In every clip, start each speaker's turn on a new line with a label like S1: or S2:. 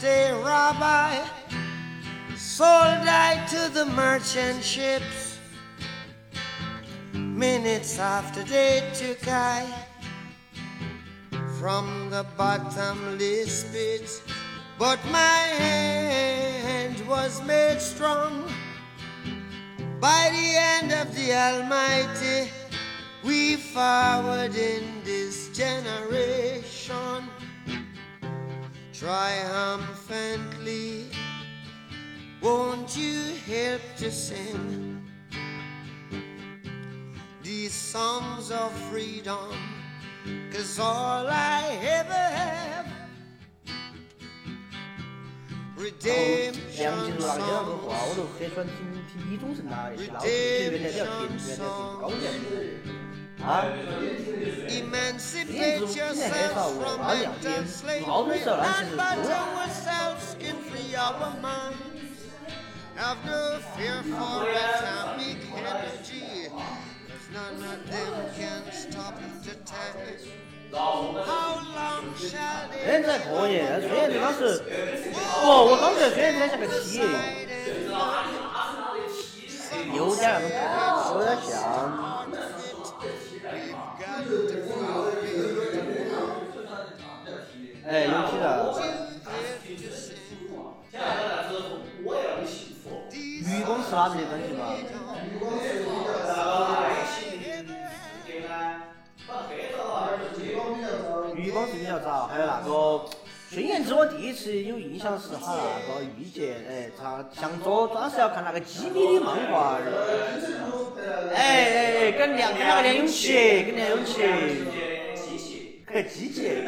S1: day rabbi sold I to the merchant ships. Minutes after they took I from the bottomless pit, but my hand was made strong by the hand of the Almighty. We forward in this generation triumphantly. Won't you help to sing these songs of freedom? Cause all I ever have
S2: 哎
S1: redemption
S2: 就是两个
S1: songs.
S2: 熬的黑酸第一终审查也是老这边在这边在高点啊。
S1: Emancipate yourselves from mental slavery and but ourselves in free our minds. Have no fear for atomic energy, cause none of them can stop the time. How long shall
S2: 学院
S1: they
S2: 在可以，学院这当时，哦，我刚才学院在下个题，
S1: hide and run
S2: 有点有点
S1: out
S2: 像，
S1: of it? We've got to find a way
S2: 哎，尤其是
S1: to sing.
S2: 愚公司拉这些东西嘛，愚公是比较早，还有那个。孙燕姿，我第一次有印象是她那个御姐，哎，她向左当时要看那个机米的漫画儿，哎哎哎，跟梁跟那个梁咏琪，跟梁咏琪，哎，机姐，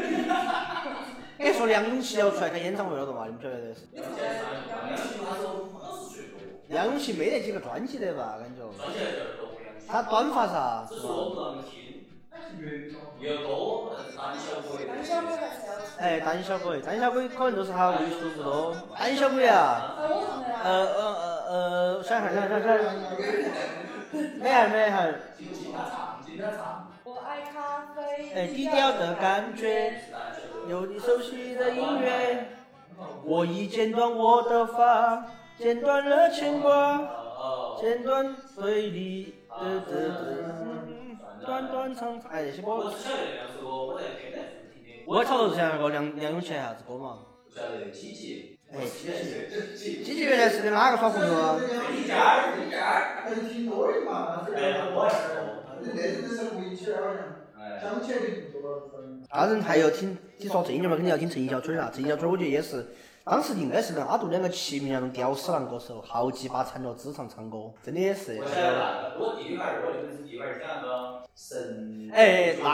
S2: 哎，说梁咏琪要出来开演唱会了，的嘛，你们晓得的是。梁咏琪没得几个专辑的吧，感觉。她短发噻，是吧？哎，胆小鬼，胆小鬼可能就是他为数不多。胆小鬼啊，呃呃呃呃，想一下，想一下，想一下，没还没还，
S3: 我爱咖啡。
S2: 哎，低调的感觉，有你熟悉的音乐，我已剪断我的发，剪断了牵挂。剪断对你的的的断断肠肠，哎，这些歌，我差不多是像那个梁梁咏琪啥子歌嘛？哎，机器，机器原来是跟哪个耍朋友啊？大人还要听，你说这一点嘛，肯定要听陈小春啦。陈小春，我觉得也是，当时应该是跟阿杜两个齐名那种屌丝男歌手，豪气把缠着只唱唱歌，真的是。哎，那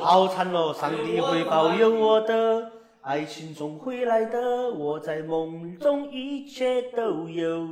S2: 好惨咯！上帝会保佑我的，爱情总会来的，我在梦中一切都有。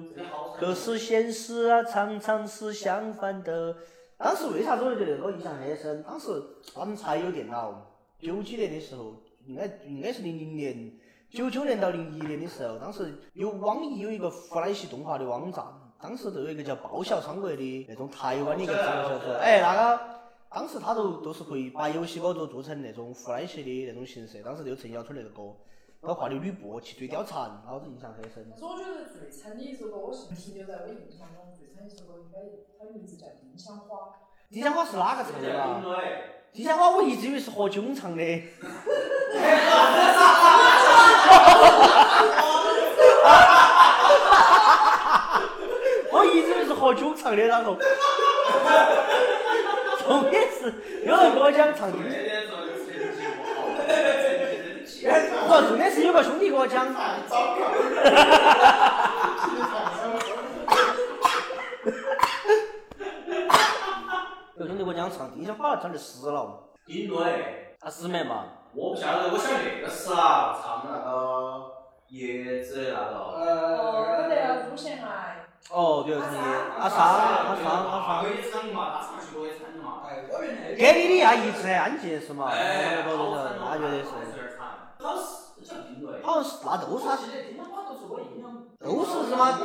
S2: 可是现实啊，常常是相反的。当时为啥子我觉得那个印象很深？当时他们才有电脑，九几年的时候，应该应该是零零年，九九年到零一年的时候，当时有网易有一个弗莱西动画的网站，当时都有一个叫爆笑三国的那种台湾的一个直播小说，哎，那个当时他都都是可以把游戏搞作做成那种弗莱西的那种形式，当时就有陈小春那个歌，他画的吕布去追貂蝉，老子印象很深。
S3: 但是我觉得最惨的一首歌，我是停留在我印象中最惨的一首歌，应该它的名字叫《丁香花
S2: 丁香花是哪个唱的啊？丁香花我一直以为是何炅唱的。我一直以为是何炅唱的那种。重点是有人跟我讲唱丁，不，重点是有个兄弟跟我讲，有个兄弟跟我讲唱丁香花唱的死了，
S4: 因为
S2: 他死没嘛？
S4: 我不晓得，我想那个是啊，唱那个叶子那》。个。
S3: 哦，他得了乳腺癌，
S2: 哦，对，唱的阿三阿三阿三，
S4: 我也唱嘛，他唱起我也唱嘛。哎，我原来。
S2: 哎给你的阿姨是安静是嘛？
S4: 哎，
S2: 那个
S4: 好
S2: 那个，他觉得是。
S4: 是。好像评论。
S2: 好像是那都是他，都是是吗？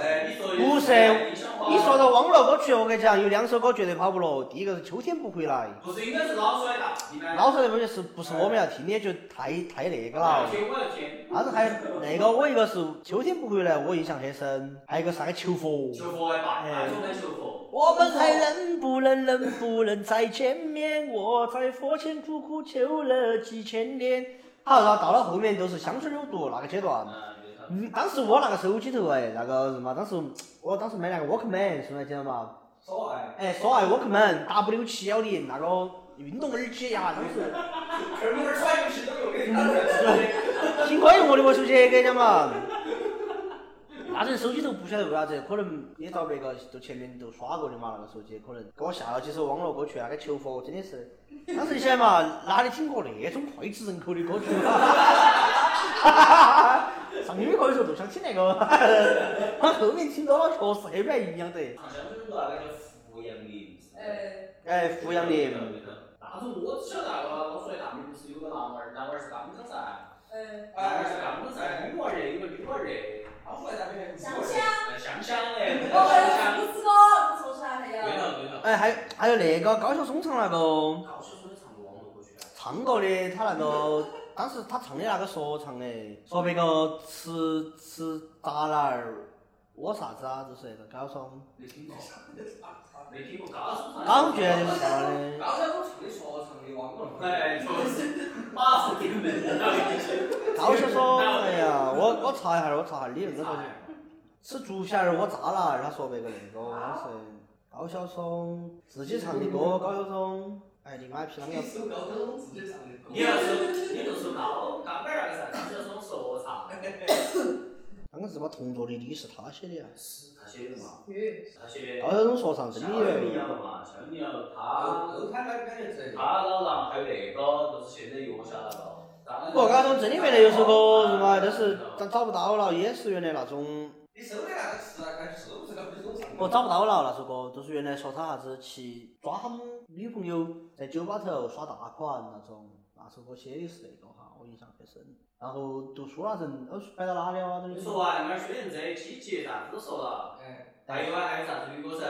S4: 哎，你说的
S2: 不是你说到汪老歌曲，我跟你讲，有两首歌绝对跑不落。第一个是《秋天不回来
S4: 不是应该是老鼠的大地吗？》，
S2: 老实的不就是不是我们要听的，就太太那个了。
S4: 听我要听。
S2: 但是还有那个，我一个是《秋天不回来》，我印象很深，还有一个是那个求佛。
S4: 求佛的吧，那种的求佛。
S2: 我们还能不能能不能再见面？我在佛前苦苦求了几千年。好，然后到了后面都是乡村有毒那个阶段。
S4: 嗯，就是他
S2: 嗯，当时我那个手机头哎，那个什么，当时我当时买那个 Walkman，是不是还记得嘛？
S5: 说爱，
S2: 哎，索爱 Walkman W 七幺零那个运动耳机呀，当时
S5: 这不是穿游戏都有给他
S2: 挺管用我的我手机，跟你讲嘛。那阵手机头不晓得为啥子，可能也遭别个就前面都耍过的嘛，那个手机可能给我下了几首网络歌曲，那个求佛真的是，当时你想嘛，哪里听过那种脍炙人口的歌曲？啊上英语课的时候就想听那个， 往后面听多了确实很没营养的。
S4: 唱乡村歌那个叫胡杨林。
S6: 哎，
S2: 哎，胡杨林，
S4: 那种我只晓得那个老鼠的大门不是有个男娃儿，男娃儿是刚刚噻，
S6: 哎，
S4: 男娃儿是刚刚噻，女娃儿有个女娃儿
S5: 他回来咱们
S3: 想想，
S4: 哎，香香哎，
S3: 我
S4: 香香。
S3: 们不是我，不说出来
S4: 对
S3: 还要。
S4: 了对了，
S2: 哎，还有还有那个高晓松唱那个
S4: 高晓松唱过网络歌曲啊，
S2: 唱过的，他那个当时他唱的那个说唱哎，说别个吃吃栅栏儿，窝啥子啊，就是那个高晓松，
S4: 没听 过，没听过高晓松唱。
S2: 高晓松就是啥的，
S5: 高晓松唱的说唱的网络，
S4: 哎，就是 马上给门了。
S2: 高晓松，哎呀，我我查一下，我查下理论，我说是吃竹苇儿窝栅栏儿，他说别个那个当时高晓松自己唱的歌，高晓松，哎，你妈批啷个？
S5: 首高晓松自己唱的歌
S4: 你要是你就是高刚杆儿那个噻，高晓松说唱，
S2: 啷个是嘛同桌的你是他写的啊？
S4: 他写的嘛，
S6: 女，
S4: 哎他写
S2: 高晓松说唱真
S4: 逍
S2: 的
S4: 遥
S2: 有。
S4: 嘛，逍遥他。
S5: 啊，都他那感觉是
S4: 他老狼还有那个，就是现在又下来了。
S2: 不过高晓松真的原来有首歌是嘛，但是咱找不到了，也是原来那种，
S5: 你收的那个词啊，看是不是高晓松唱的？
S2: 我找不到了那首歌，就是原来说他啥子去抓他们女朋友在酒吧头耍大款那种，那首歌写的是那个哈，我印象很深。然后读书那阵，哦，摆到哪里啊？
S4: 你说完，那儿薛仁这几集啥子都说了，
S5: 哎，
S4: 还有啊，还有啥子女歌手？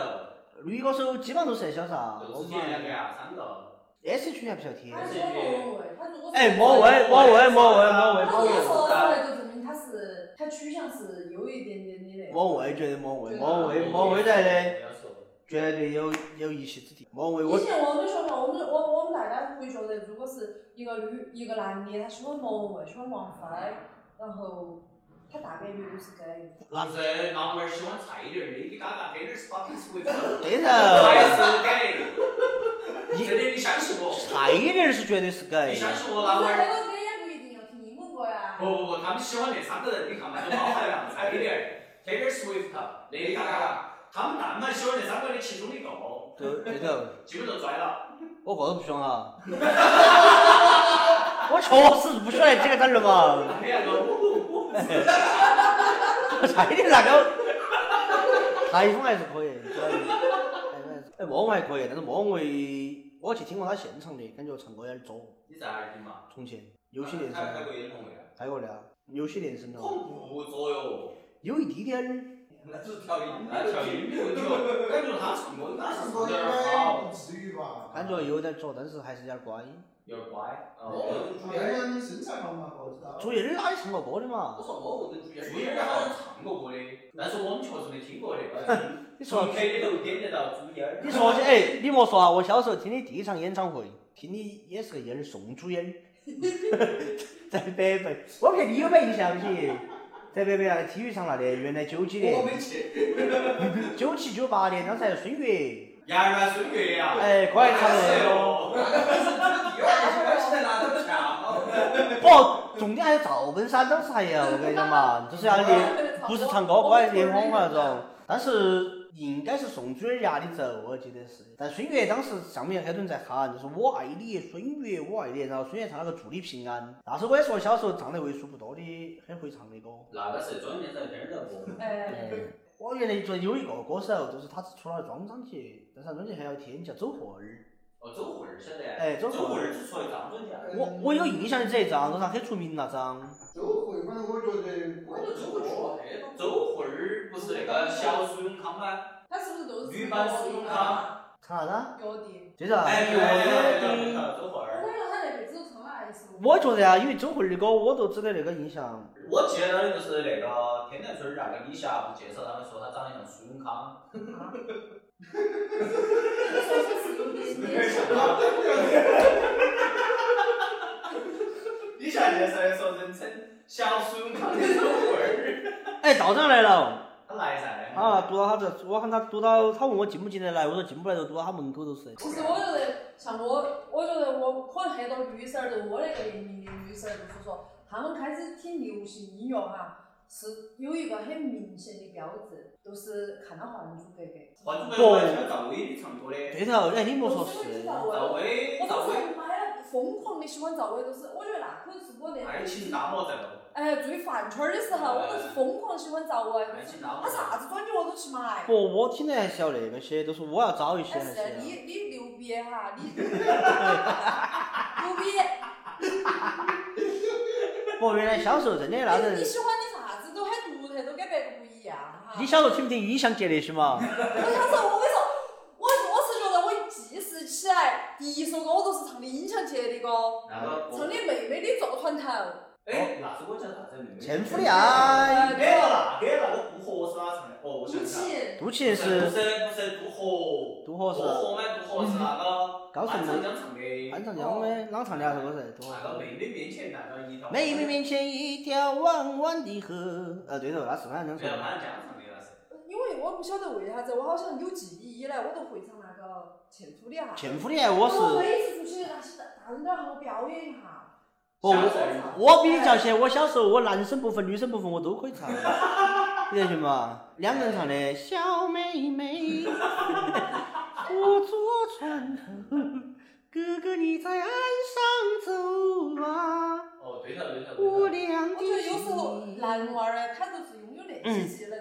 S2: 女歌手基本上都是在小啥，
S4: 就
S2: 我
S4: 之前两
S2: 们
S4: 个呀，三个。哦
S2: S 区还不晓得听。
S6: 他是莫文蔚，他如果
S2: 哎，莫问，莫问，莫问，莫问，
S6: 他
S2: 莫
S6: 如果
S2: 问，
S6: 说出来就证明他是他趋向是有一点点的那个。
S2: 莫问，绝对莫问，莫问，莫问在的，绝对有有一席之地。莫问，我
S6: 以前我们学校，我们我我们大家回学的，如果是一个女一个男的，他喜欢莫文蔚，喜欢王菲，然后他大概率都是这样。
S4: 那是男娃儿喜欢蔡依林，Lady Gaga，黑人是把平时会
S2: 对
S4: 还
S2: 头，
S4: 是改的。真的，你相信我？
S2: 蔡依林是绝对是
S4: 你
S2: 给。
S4: 相信我，
S3: 我
S4: 男娃
S3: 们
S4: 儿？
S3: 这个歌也不一定要听英文歌呀。
S4: 不不不，他们喜欢那三个人，你看嘛，都包含了蔡依林、Taylor Swift、Lady Gaga，他们那么喜欢那三个的其中一个，
S2: 对对头，
S4: 基本都拽了。
S2: 我个都不喜欢哈。 我确实不喜欢这个单儿嘛，
S4: 哎呀，我
S2: 蔡依林那个台风还是可以，哎，莫文还可以，但是莫文蔚我去听过他现场的，感觉唱歌有点作。
S4: 你在哪儿听嘛？
S2: 重庆有些练声
S5: 开开
S2: 了，
S5: 过演唱会啊？
S2: 开过的啊，有些练声了，
S4: 恐怖作用，
S2: 有一滴点儿，
S5: 那是调音，
S4: 那跳音乐就感觉他唱歌那是有点好，
S1: 不至于吧？
S2: 感觉有点作，但是还是有点乖。
S4: 有点乖。哦，
S5: 我
S1: 主
S5: 主
S1: 要
S5: 演，
S1: 是你身材好嘛，我知道。
S2: 朱茵哪里唱过歌的嘛
S5: 我？说我问的主演，
S4: 朱茵好像唱过歌的，但是我们确实没听过的。
S2: 哎 你说
S4: 从 K 里头点得到朱茵。
S2: 你 说起哎，你莫说啊，我小时候听的第一场演唱会，听的也是个烟儿，宋祖烟儿， 在北北，我不晓得你有没有印象起，在北啊北那个体育场那里，原来九几
S5: 我
S2: 年，
S5: 没去，
S2: 九七九八年，当时还有孙悦，
S4: 杨澜、孙悦呀。
S2: 哎，过来唱那
S5: 那是第二现在拿到
S4: 啊
S5: 票，
S2: 个，不，哦重点还有赵本山，当时还有，我跟你讲嘛，就是 要
S5: 啊
S2: 练，不是唱歌，过来练风那种，但是。应该是宋祖儿压的轴，我记得是。但孙悦当时上面很多人在喊，就是我爱你，孙悦，我爱你。然后孙悦唱那个祝你平安，那首歌也是我小时候唱的为数不多的很会唱的歌。
S4: 那个是专门在那儿头播。
S6: 哎，
S2: 我原来就有一个歌手，就是他只出了专张专辑，但是他专辑还要听叫走货儿，
S4: 哦哦，走魂儿晓得？
S2: 哎走
S4: 走
S2: 魂儿
S4: 魂儿是出一张专辑啊。
S2: 我我有印象的这一张，这张很出名那张。
S7: 周慧，反正我觉得
S4: 我就走过去了，走魂儿不是那个小苏永康吗？
S3: 他是不是都是
S4: 女版苏永康。
S2: 看啥子？
S3: 药店？
S2: 这张。
S4: 哎，对对对对，
S2: 的。
S4: 走魂
S8: 我
S4: 儿。
S8: 感觉他那辈子都成了二十五。
S2: 我觉得啊，因为周慧的歌我都只得那个印象。
S4: 我记得到的就是那个天台村儿那个李霞，不介绍他们说他长得像苏永康。李霞介绍的说人称小苏永 康的走魂儿。
S2: 哎，道长来了。
S4: 他来噻。
S2: 啊，堵到他这，我喊他堵到，他问我进不进得来，我说进不来就堵到他门口就是。
S3: 其实我觉得，像我，我觉得我可能很多女生儿都我那个年龄的女生儿，就是说，她们开始听流行音乐哈，是有一个很明显的标志，就是看到《还珠格格》。
S4: 还珠格格我还听赵薇唱歌的，
S2: 对头，哎，你莫说
S3: 我
S2: 是
S3: 知。道
S4: 赵
S3: 我
S4: 薇
S3: 我
S4: 赵
S3: 都
S4: 薇
S3: 是妈呀，疯狂的喜欢赵薇，就是我觉得那可能是哎我的
S4: 爱情大魔咒，
S3: 哎最饭圈儿的时候，我就是疯狂喜欢赵薇，
S4: 爱情大魔
S3: 她
S4: 咒。
S3: 啥子专辑我都去买。
S2: 不，我听的还是要那个些，都是我要找一些
S3: 但
S2: 还
S3: 是啊
S2: 是要。
S3: 你你牛逼哈， 你牛逼。
S2: 不，原来小时候真的那
S3: 哎你
S2: 人，
S3: 喜欢的啥子都很独特，都跟别个不一样哈。
S2: 你小时候听不听音像节那些嘛？
S3: 我小时候我跟你说，我我是觉得我记事起来，第一首歌我都是唱的尹强杰的歌，
S4: 那个
S3: 唱的妹妹的坐船头。
S4: 哎，那首歌叫啥子名字？
S2: 纤夫的爱，
S4: 给了那给了那个不合是哪唱的？哦，我
S3: 不
S4: 想起来了。
S3: 起，
S2: 杜琪
S4: 不
S2: 是
S4: 是不是渡河，
S2: 杜河
S4: 渡
S2: 是
S4: 河嘛，渡河是那个
S2: 高
S4: 安
S2: 盛的，
S4: 长江唱的，
S2: 安长江的，朗唱的那首歌是杜
S4: 那个
S2: 河。
S4: 妹妹面前那个一条，
S2: 妹妹面前一条弯弯的河，呃，对头，那是安长
S4: 对，
S2: 江唱的。
S4: 安江唱的那是。
S3: 因为我不晓得为啥子，我好像有记忆以来我都会唱那个《纤夫的爱》。
S2: 纤夫的爱，我
S8: 我
S2: 是
S8: 每次出去，那些大人都让我表演一下。
S2: 不，
S4: 哦
S2: 我我比你较些，我小时候我男生部分、女生部分我都可以唱， 你得行嘛？两个人唱的，小妹妹，我坐船头，哥哥你在岸上走啊。
S4: 哦，对头对头
S2: 我
S4: 对头。
S2: 俩
S3: 我觉得有时候男娃儿呢，啊他就是拥有那
S2: 嗯
S3: 些技能，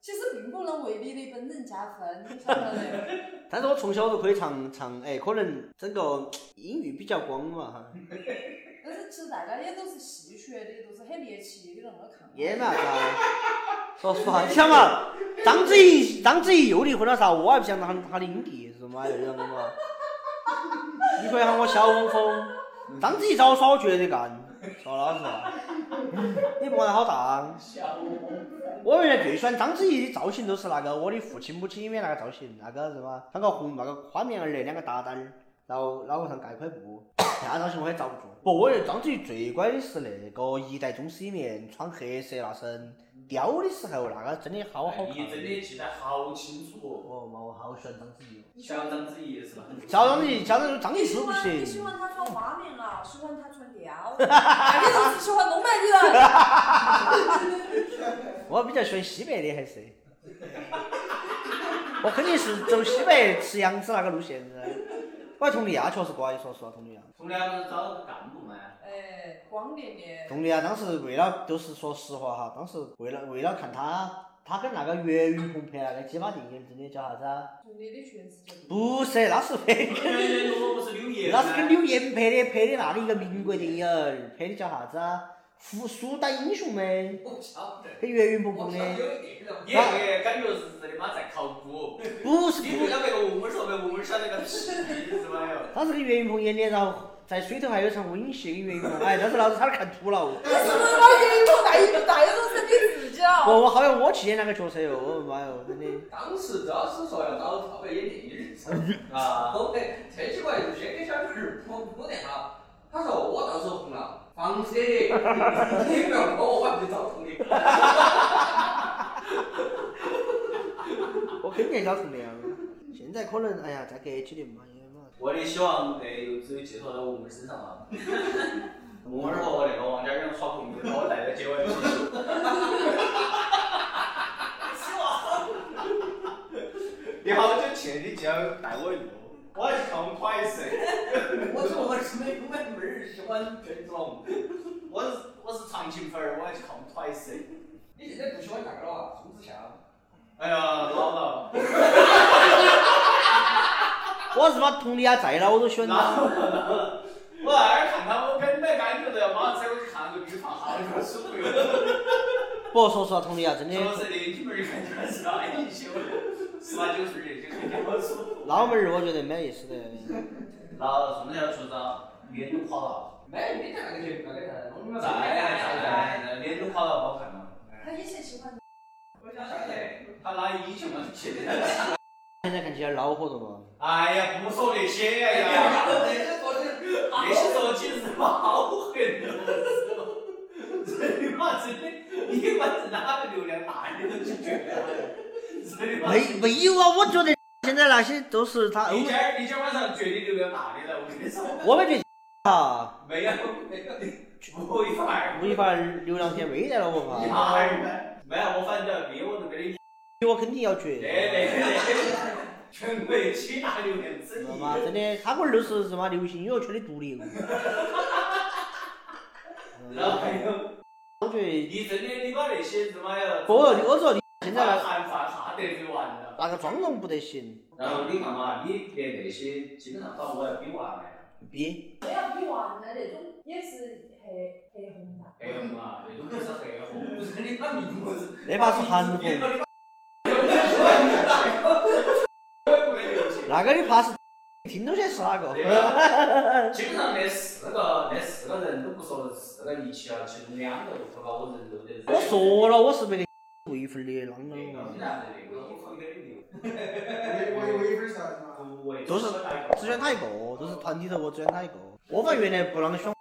S3: 其实并不能为你的本人加分，你晓得没？
S2: 但是我从小就可以唱唱，哎，可能整个音域比较广嘛哈。
S3: 但是其实大家也都是戏谑的，都是很猎奇的那么看。
S2: 也那啥，说实话，你啊想嘛，章子怡，章子怡又离婚了啥，我还不想当她的影帝是嘛？又这样子嘛？你可以喊我小汪峰，章子怡找我耍，我绝对干，说老啊实话，你不管她好大。我原来最喜欢章子怡的造型都是那个我的父亲母亲里面那个造型，那个什么穿个红那个花棉袄的两个打单，然后脑壳上盖块布， 那造型我也遭不住。不，我觉得章子怡最乖的是那个《一代宗师》里面穿黑色那身貂的时候，那个真的哦好好看。
S4: 哎你真的记得好清楚，
S2: 哦，妈，我好喜欢章子怡哦。
S4: 小章子怡是吧？
S2: 小章子怡，小章子怡章
S3: 你
S2: 子
S3: 喜
S2: 怡不
S3: 欢你喜
S2: 行。
S3: 欢他穿花棉袄，喜欢他穿貂，那你就是喜欢东北的 人。
S2: 我比较喜欢西北的，还是。 我肯定是走西北吃杨枝那个路线噻。我还佟丽娅确实乖，说实话，佟丽娅。
S4: 从来不是找干部 嘛？
S3: 哎，光亮的，
S2: 佟丽娅当时为了，就是说实话哈，当时为了为了看她，她跟那个岳云鹏拍那个《鸡巴电影》，真的叫啥子啊？
S3: 兄弟的全世界。
S2: 不是，那是 拍
S4: 我觉得我不是柳岩
S2: 那是跟柳岩拍的，拍的那里一个民国电影儿，拍的叫啥子啊？《苏丹英雄》没？
S5: 我晓得，
S2: 跟岳云鹏
S5: 我
S2: 鹏
S5: 晓
S2: 的
S5: 得，有一个
S4: 你那个感觉是真的妈在考古，
S2: 不是
S4: 你对
S2: 不，
S4: 那别个问我说别问我晓得个屁是吧哟？
S2: 他是跟岳云鹏演的，然后在水头还有场婚姻戏跟岳云鹏，哎，但是老子差点看吐 了。
S3: 你是不是把眼头带一带的都是你自己
S2: 我
S3: 了？
S2: 我好像我去演那个角色哟，我的妈哟，真的。
S5: 当时周老师说要找赵薇演电影的时候，
S4: 啊，
S5: 后面车起过来就先给小侄儿铺铺垫哈。他说我到时候红了，房车， 你不要搞我，我还不去找同的。
S2: 我肯定找佟丽娅。 现在可能，哎呀，再隔几年嘛，也嘛。
S4: 我的希望呃又只有寄托在我们身上 了。我儿和那个王家军耍朋友，把我带到结尾去。希望。你好久去，你就要带我一路，我还看我垮一次。
S5: 我说我是没没没人喜欢这种，
S4: 我是我是长情粉儿，我还去看我垮一次。
S5: 你现在不喜欢那个了啊
S4: 哎
S5: 吧？钟子夏。
S4: 哎呀，老了。
S2: 我日妈佟丽娅在哪我都喜欢
S4: 然
S2: 她。
S4: 后 我那儿看他，我拍买感觉都要马上我去看个女房，好有舒服哟。
S2: 不过说实话，佟丽娅真的，
S4: 说是的，你们儿看起来是哎安逸些，十八九岁人就肯定好舒服。
S2: 老妹儿我觉得蛮有意思的。
S4: 然后宋要出招，连着跑到，
S5: 没没那个就那个啥，弄
S4: 在
S5: 个
S4: 在在，连着跑到好看嘛。
S3: 他以前喜欢
S5: 我想想嘞，
S4: 他哪有以前嘛？
S2: 现在看起来恼火的嘛。
S4: 哎呀，不说那些
S5: 哎
S4: 呀，
S5: 呀， 这些说的，
S4: 那些时候简直嘛好狠哦！这你妈真的，你妈是哪个流量大的都去卷这你妈
S2: 没没有啊，我觉得 现在那些都是他欧
S4: 你今
S2: 美，
S4: 儿你今儿晚上觉得流量大的了，我跟你说，
S2: 哎我们觉 得啊，
S4: 没有没有，不一反二，
S2: 违反流量天没得了我
S4: 一
S2: 嘛，
S4: 反二呢？没有，我反正比我都跟你，
S2: 我肯定要绝。
S4: 对对对，全国七大流量之一
S2: 妈。妈，真的，他龟儿就是什么流行音乐圈的毒瘤。
S4: 然后
S2: 嗯
S4: 还有，
S2: 我觉得，
S4: 你真的你把那些日妈要，
S2: 不，我说你现在
S4: 那
S2: 那
S4: 韩范啥得罪完了。
S2: 那个妆容不得行，
S4: 然后你看嘛，你连那些基本上反正我要比完了。
S2: 逼。
S3: 不要比完的那种，也是黑黑红的。
S4: 黑红啊，那种不是黑红，不是你把名字，
S2: 那把是韩红，那个你怕是听到些是哪个？
S4: 基本上那四个那四个人都不说四个一起啊，其中两个都把我人肉得。
S2: 我说了，我是 被那贵妇儿的啷啷
S4: 那
S2: 嘛
S4: 个，男的那个，我靠，给你
S1: 我有一分啥子嘛？
S4: 留。
S2: 只选他一个，就是团体头我只选他一个。我反正原来不啷个喜欢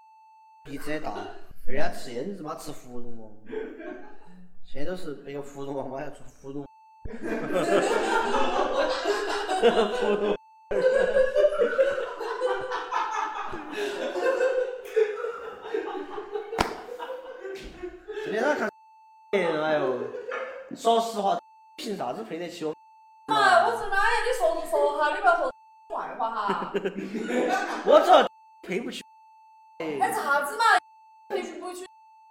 S2: 鼻子很大，二他吃烟日妈吃芙蓉王，现在都是别个芙蓉王，我还要做芙蓉。今天他看，哎呦，说实话，凭啥子配得起我？
S3: 哎，我说哪呀？你说就说哈，你不要说坏话哈。
S2: 我只要配不起。
S3: 那啥子嘛，培训不去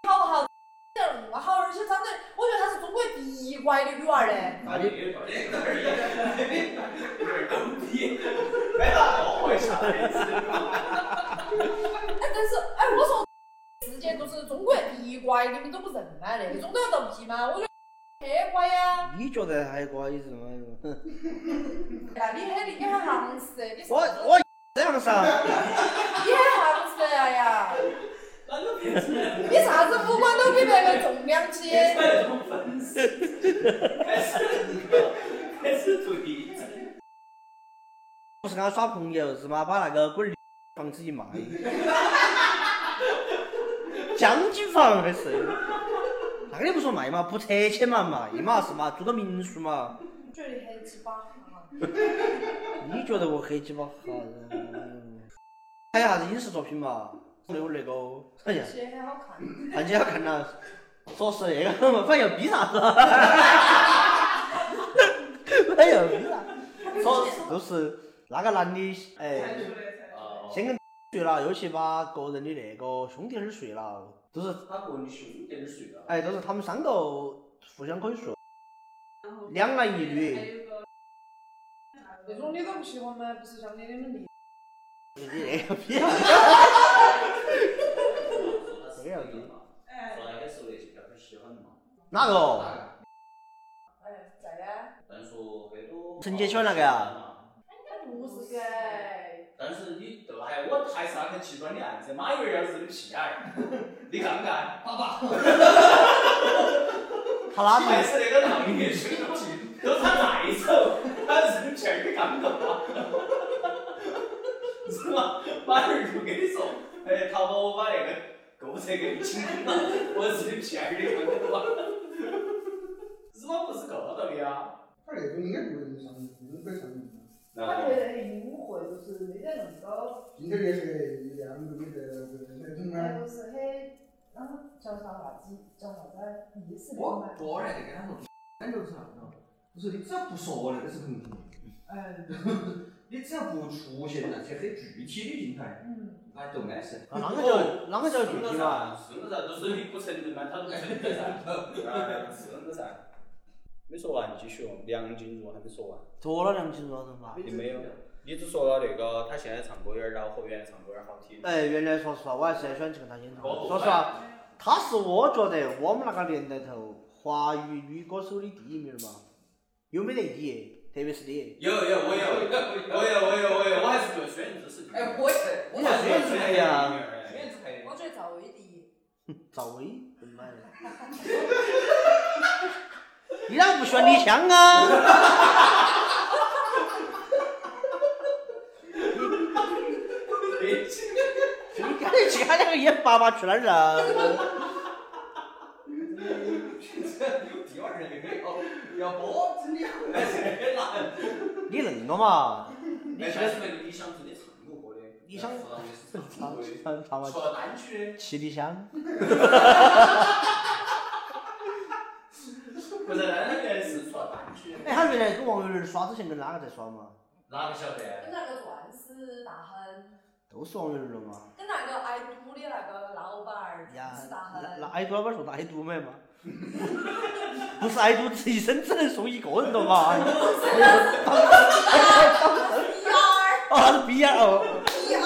S3: 好不好？那么好，而且长得，我觉得她是中国第一乖的女娃儿嘞。哎
S4: 那 你有点狗逼，没啥多回事。
S3: 哎，但是哎，我说世界都是中国第一乖，你们都不认嘛？那种都要斗屁吗？我觉得哎很乖呀。
S2: 你觉得还乖是吗？
S3: 哎，你很你很行子的，你
S2: 我
S3: 说
S2: 我这样啊噻，
S3: 你很行子的哎呀。
S4: 那个骗子，
S3: 你啥子五官都比别个重两斤，
S4: 那种粉丝，开始开始做第一次。
S2: 不是跟他耍朋友是吗？把那个龟儿房子一 卖，江景房还是？那个你不说卖嘛，不拆迁嘛卖嘛是嘛，住到民宿嘛。
S3: 觉得很鸡巴哈。
S2: 你觉得我黑鸡巴好？ 嗯还有啥子影视作品嘛？有那个，哎呀，
S3: 写很好看，
S2: 看起来看了，说是那个嘛，反正要逼啥子，反正要逼啥子。说就是那个男的，哎，
S4: 哦，
S2: 先跟睡了，又去把个人的那个兄弟儿睡了，都是
S4: 他过你兄弟睡了。
S2: 哎，都是他们三个互相可以睡，两男一女。
S3: 那种你都不喜欢吗？不是像你那么厉
S2: 你那个逼！
S4: 这个样子嘛。后来他说那些他很喜欢嘛，
S2: 哪个？
S3: 害？哎，在呀。
S4: 但说很多。
S2: 陈杰喜欢那个呀？
S3: 不是噻，
S4: 但是你都还，我还是那个极端的案子，马月要是个屁眼儿，你看不看？爸爸，
S2: 他
S4: 他
S2: 哪
S4: 还
S2: 个？
S4: 是那个浪的兄弟，都他再丑，他扔气儿你看不看嘛？是吗？马月就跟你说，哎，淘宝我把那个购物车给你清空了，我扔屁眼儿你看不看嘛？是吗？不是够道理啊？
S1: 他那种应该不会上，应该上瘾。
S3: 他觉得很隐晦，就是没得那么高，
S1: 今天也是一两个没得，那种
S3: 他
S1: 啊，
S3: 就是很，然后叫啥啥子，叫啥子意思的
S5: 我
S3: 嘛。
S5: 过来就跟他说，感觉是啥子？不是你只要不说那个是很
S3: 嗯
S5: 你只要不出现那些很具体的镜头，
S3: 嗯，
S5: 那就没事。
S2: 啊啷个叫啷个叫具体嘛？
S4: 是噻，就是你不承认嘛，他不承认噻，是的噻。没说完，继续哦。梁静茹还没说完，
S2: 脱了梁静茹那种嘛？
S4: 你没有？你只说了那个他现在唱歌有点恼火，原来唱歌有点好听。
S2: 哎，原来说实话，我还是很喜欢去看他演唱会。说实话，他是我觉得我们那个年代头华语女歌手的第一名嘛，有没得你，特别是你。
S4: 有有 我有，我有我有我有，我还是觉得轩辕志是第一。
S5: 哎，我也是，我
S2: 你看轩辕志
S4: 哎
S2: 哎呀，
S5: 选自拍的。
S3: 我觉得赵薇第一，
S2: 赵薇，真妈的！ 你咋不喜欢李湘啊？你赶紧去喊那个演爸爸去哪儿了？
S5: 第二人要要播真的还是很难。
S2: 你恁个嘛？
S4: 你但是那个李湘真的唱过歌的，
S2: 李湘
S4: 不知道你是唱
S2: 唱
S4: 过的，
S2: 唱唱嘛
S4: 除，了单曲
S2: 七里香。
S4: 的，不是那个是除了单曲的，
S2: 哎，他原来跟王源儿耍之前跟哪个在耍嘛？
S4: 哪个晓得？啊
S3: 跟那个钻石大亨，
S2: 都是王源儿了嘛？
S3: 跟那个爱赌的那个老板儿
S2: 哎呀
S3: 钻石大，
S2: 那那
S3: 亨，
S2: 挨多老板说的挨毒买嘛？不是挨毒，这一生只能送一个人的嘛？
S3: 第二
S2: 哦，那是逼啊！哦，
S3: 第二，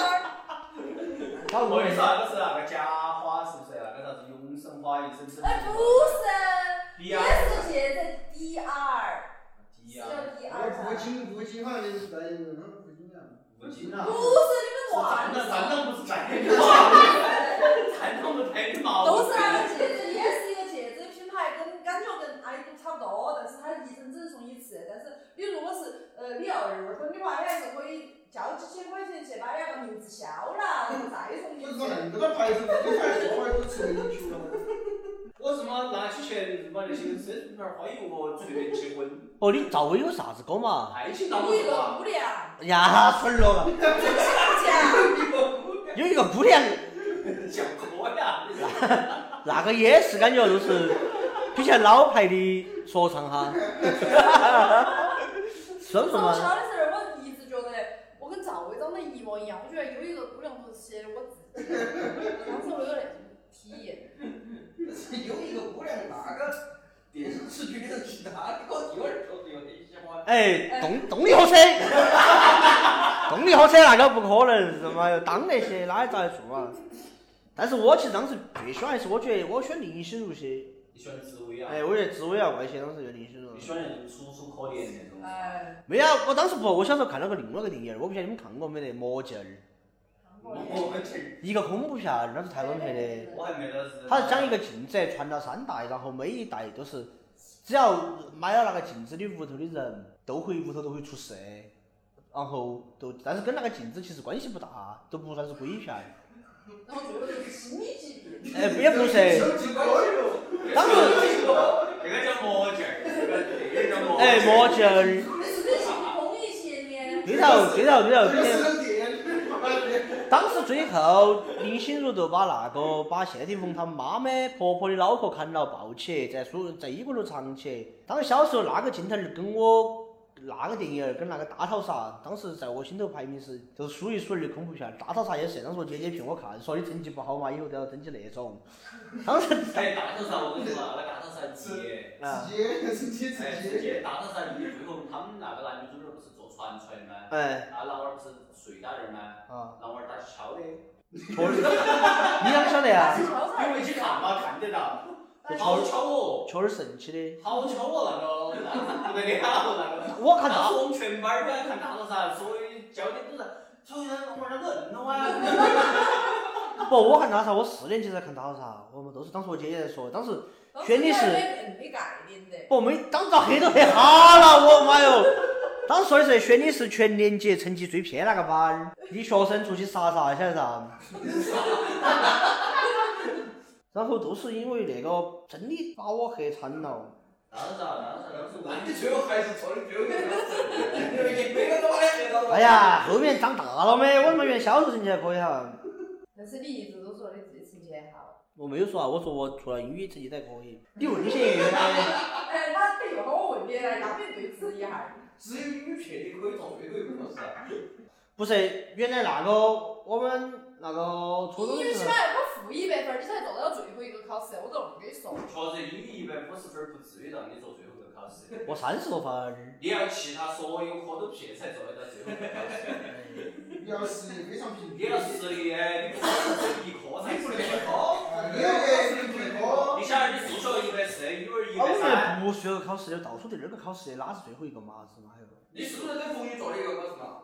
S2: 他
S4: 我跟你说，那啊个是那个假花，是不是？啊那个啥子永生花，一生生。
S3: 哎不是，
S4: 第
S3: 也
S4: 二，
S3: 是现在第二，
S4: 第
S3: 是
S4: 二
S3: 叫，第
S1: 哎
S3: 二
S1: 父
S3: 吧？
S1: 亲父亲好像也是在一个那父亲啊，
S4: 不紧啊
S3: 不。是你们
S4: 站
S3: 忘
S4: 到
S3: 了，
S4: 站到不是站 的，站到不太毛。
S3: 都是
S4: 啊
S3: 那个戒指，也是一个戒指品牌，跟感觉跟爱都差不多，但是它一生只能送一次。但是你如果是呃你要二婚的话，你还是可以交几千块钱去把人家个名字消了，然后再送
S1: 你
S3: 一次。
S1: 看那个牌子，这个牌子我都吃不起了。
S4: 我是嘛拿起钱把那些生日牌花一个随便结婚，
S2: 哦，你赵薇有啥子歌嘛？
S4: 爱情到
S3: 有
S4: 不
S3: 一
S4: 是
S3: 个
S4: 嘛？
S3: 姑娘，
S2: 呀，粉儿了，
S3: 姐，
S2: 有一个姑娘，
S4: 像哥呀，
S2: 那个也是感觉就是比较老牌的说唱哈。 算不算
S3: 早
S2: 嘛？
S3: 小的时候我一直觉得我跟赵薇长得一模一样，我觉得有一个姑娘头显得我自己，当时我有那种体验。
S5: 有一个姑娘，那个电视剧里头其他的歌第二说是有点喜欢。
S2: 哎，动动力火车，动力火车那个不可能是嘛？当那些哪咋做嘛？啊但是我其实当时最喜欢还是我觉得我选林心如些，
S4: 你喜欢紫薇啊？
S2: 哎，我觉得紫薇啊，外些当时觉得林心如
S4: 你。喜欢那种楚楚可怜那种？
S3: 哎，
S2: 没有，我当时不，我小时候看了个另外个电影儿，我不晓得你们看过没得《魔镜儿》，
S3: 看过的
S4: 我去，
S2: 一个恐怖片儿，那是台湾拍的。
S4: 我还没得是。
S2: 他是讲一个镜子传到三代，然后每一代都是只要买了那个镜子的屋头的人，都会屋头都会出事，然后都但是跟那个镜子其实关系不大，都不算是鬼片儿。
S3: 然后最后就是心理疾病。
S2: 哎，也不是，
S5: 手机歌手，
S4: 哎
S2: 当时
S4: 那个叫魔镜儿，那个那个叫魔。
S2: 哎魔镜儿，
S3: 是不是性风一前面？
S2: 对头对头对头
S1: 这
S2: 对头。
S1: 是店，
S2: 当时最后，林心如就把那个把谢霆锋他妈妈婆婆的脑壳砍了抱起，在书在医馆头藏起。当时小时候那个镜头儿跟我那个电影儿跟那个大逃杀，当时在我心头排名是就是数一数二的恐怖片儿。大逃杀也是，当时我姐姐骗我看，说你成绩不好嘛，以后都要争取那种。当时
S4: 哎，大头上我跟你说，那个大头上接，
S2: 啊，
S1: 自己自己
S4: 哎，
S1: 自
S4: 直
S1: 己。
S4: 接大头上一最后他们那个男女主角不是坐船出来的吗？
S2: 哎
S4: 啊，老二不是睡到那儿吗？
S2: 啊，
S4: 老二打起敲的，
S2: 确实，你咋不晓得呀？
S4: 因为一起看嘛，看得到，好巧哦，
S2: 确实神奇的。
S4: 好巧哦， 那个那个不得了，那个。
S2: 我看
S4: 当
S2: 到
S4: 时我们全班儿都在看大头噻，所有焦点都在，所有人玩的愣了哇。
S2: 不，我看大逃杀，我四年级才看大逃杀，我们都是当时我姐姐在说，当时。
S3: 没概念的。
S2: 不，没当遭黑都 黑哈了，啊我妈哟！当时说的是选你是全年级成绩最偏那个班儿，你学生出去杀啥晓得啥？ 然后都是因为那个真的把我黑惨了。
S4: 大头噻，大头噻，当时我
S5: 那你最后还是错的最后 你每个都把它到
S2: 哎，呀，后面长大了没？我他妈原来小时候成绩还可以哈。
S3: 但是你一直都说你自己成绩好。
S2: 我没有说啊，我说我除了英语成绩都还可以。你问些原来
S3: 哎，那等一会儿我问你来，嘉宾对峙一下。
S5: 只有女撇的可以做，没可以不做事。
S4: 啊
S2: 不是原来那个我们那个初中
S3: 英
S2: 的
S3: 语起
S2: 时
S3: 码
S2: 候，
S3: 我负一百分，你才做到最后一个考试，我都这么跟你说。
S4: 确实英语一百五十分儿不至于让你坐最后一个到事情。
S2: 我三十多分。
S4: 你要其他所有科都撇才做得到这个混到事情。
S1: 你要实力非常平均。
S4: 你要实力，你不能一科才
S5: 不能
S4: 是。
S1: 啊，你要得实力最高。
S4: 你想，你数学一百四，语文一
S2: 我
S4: 百三，
S2: 们不学考试的，倒数第二个考试的，哪是最后一个嘛？是哪有？
S5: 你是不是跟冯宇做了一个考试嘛？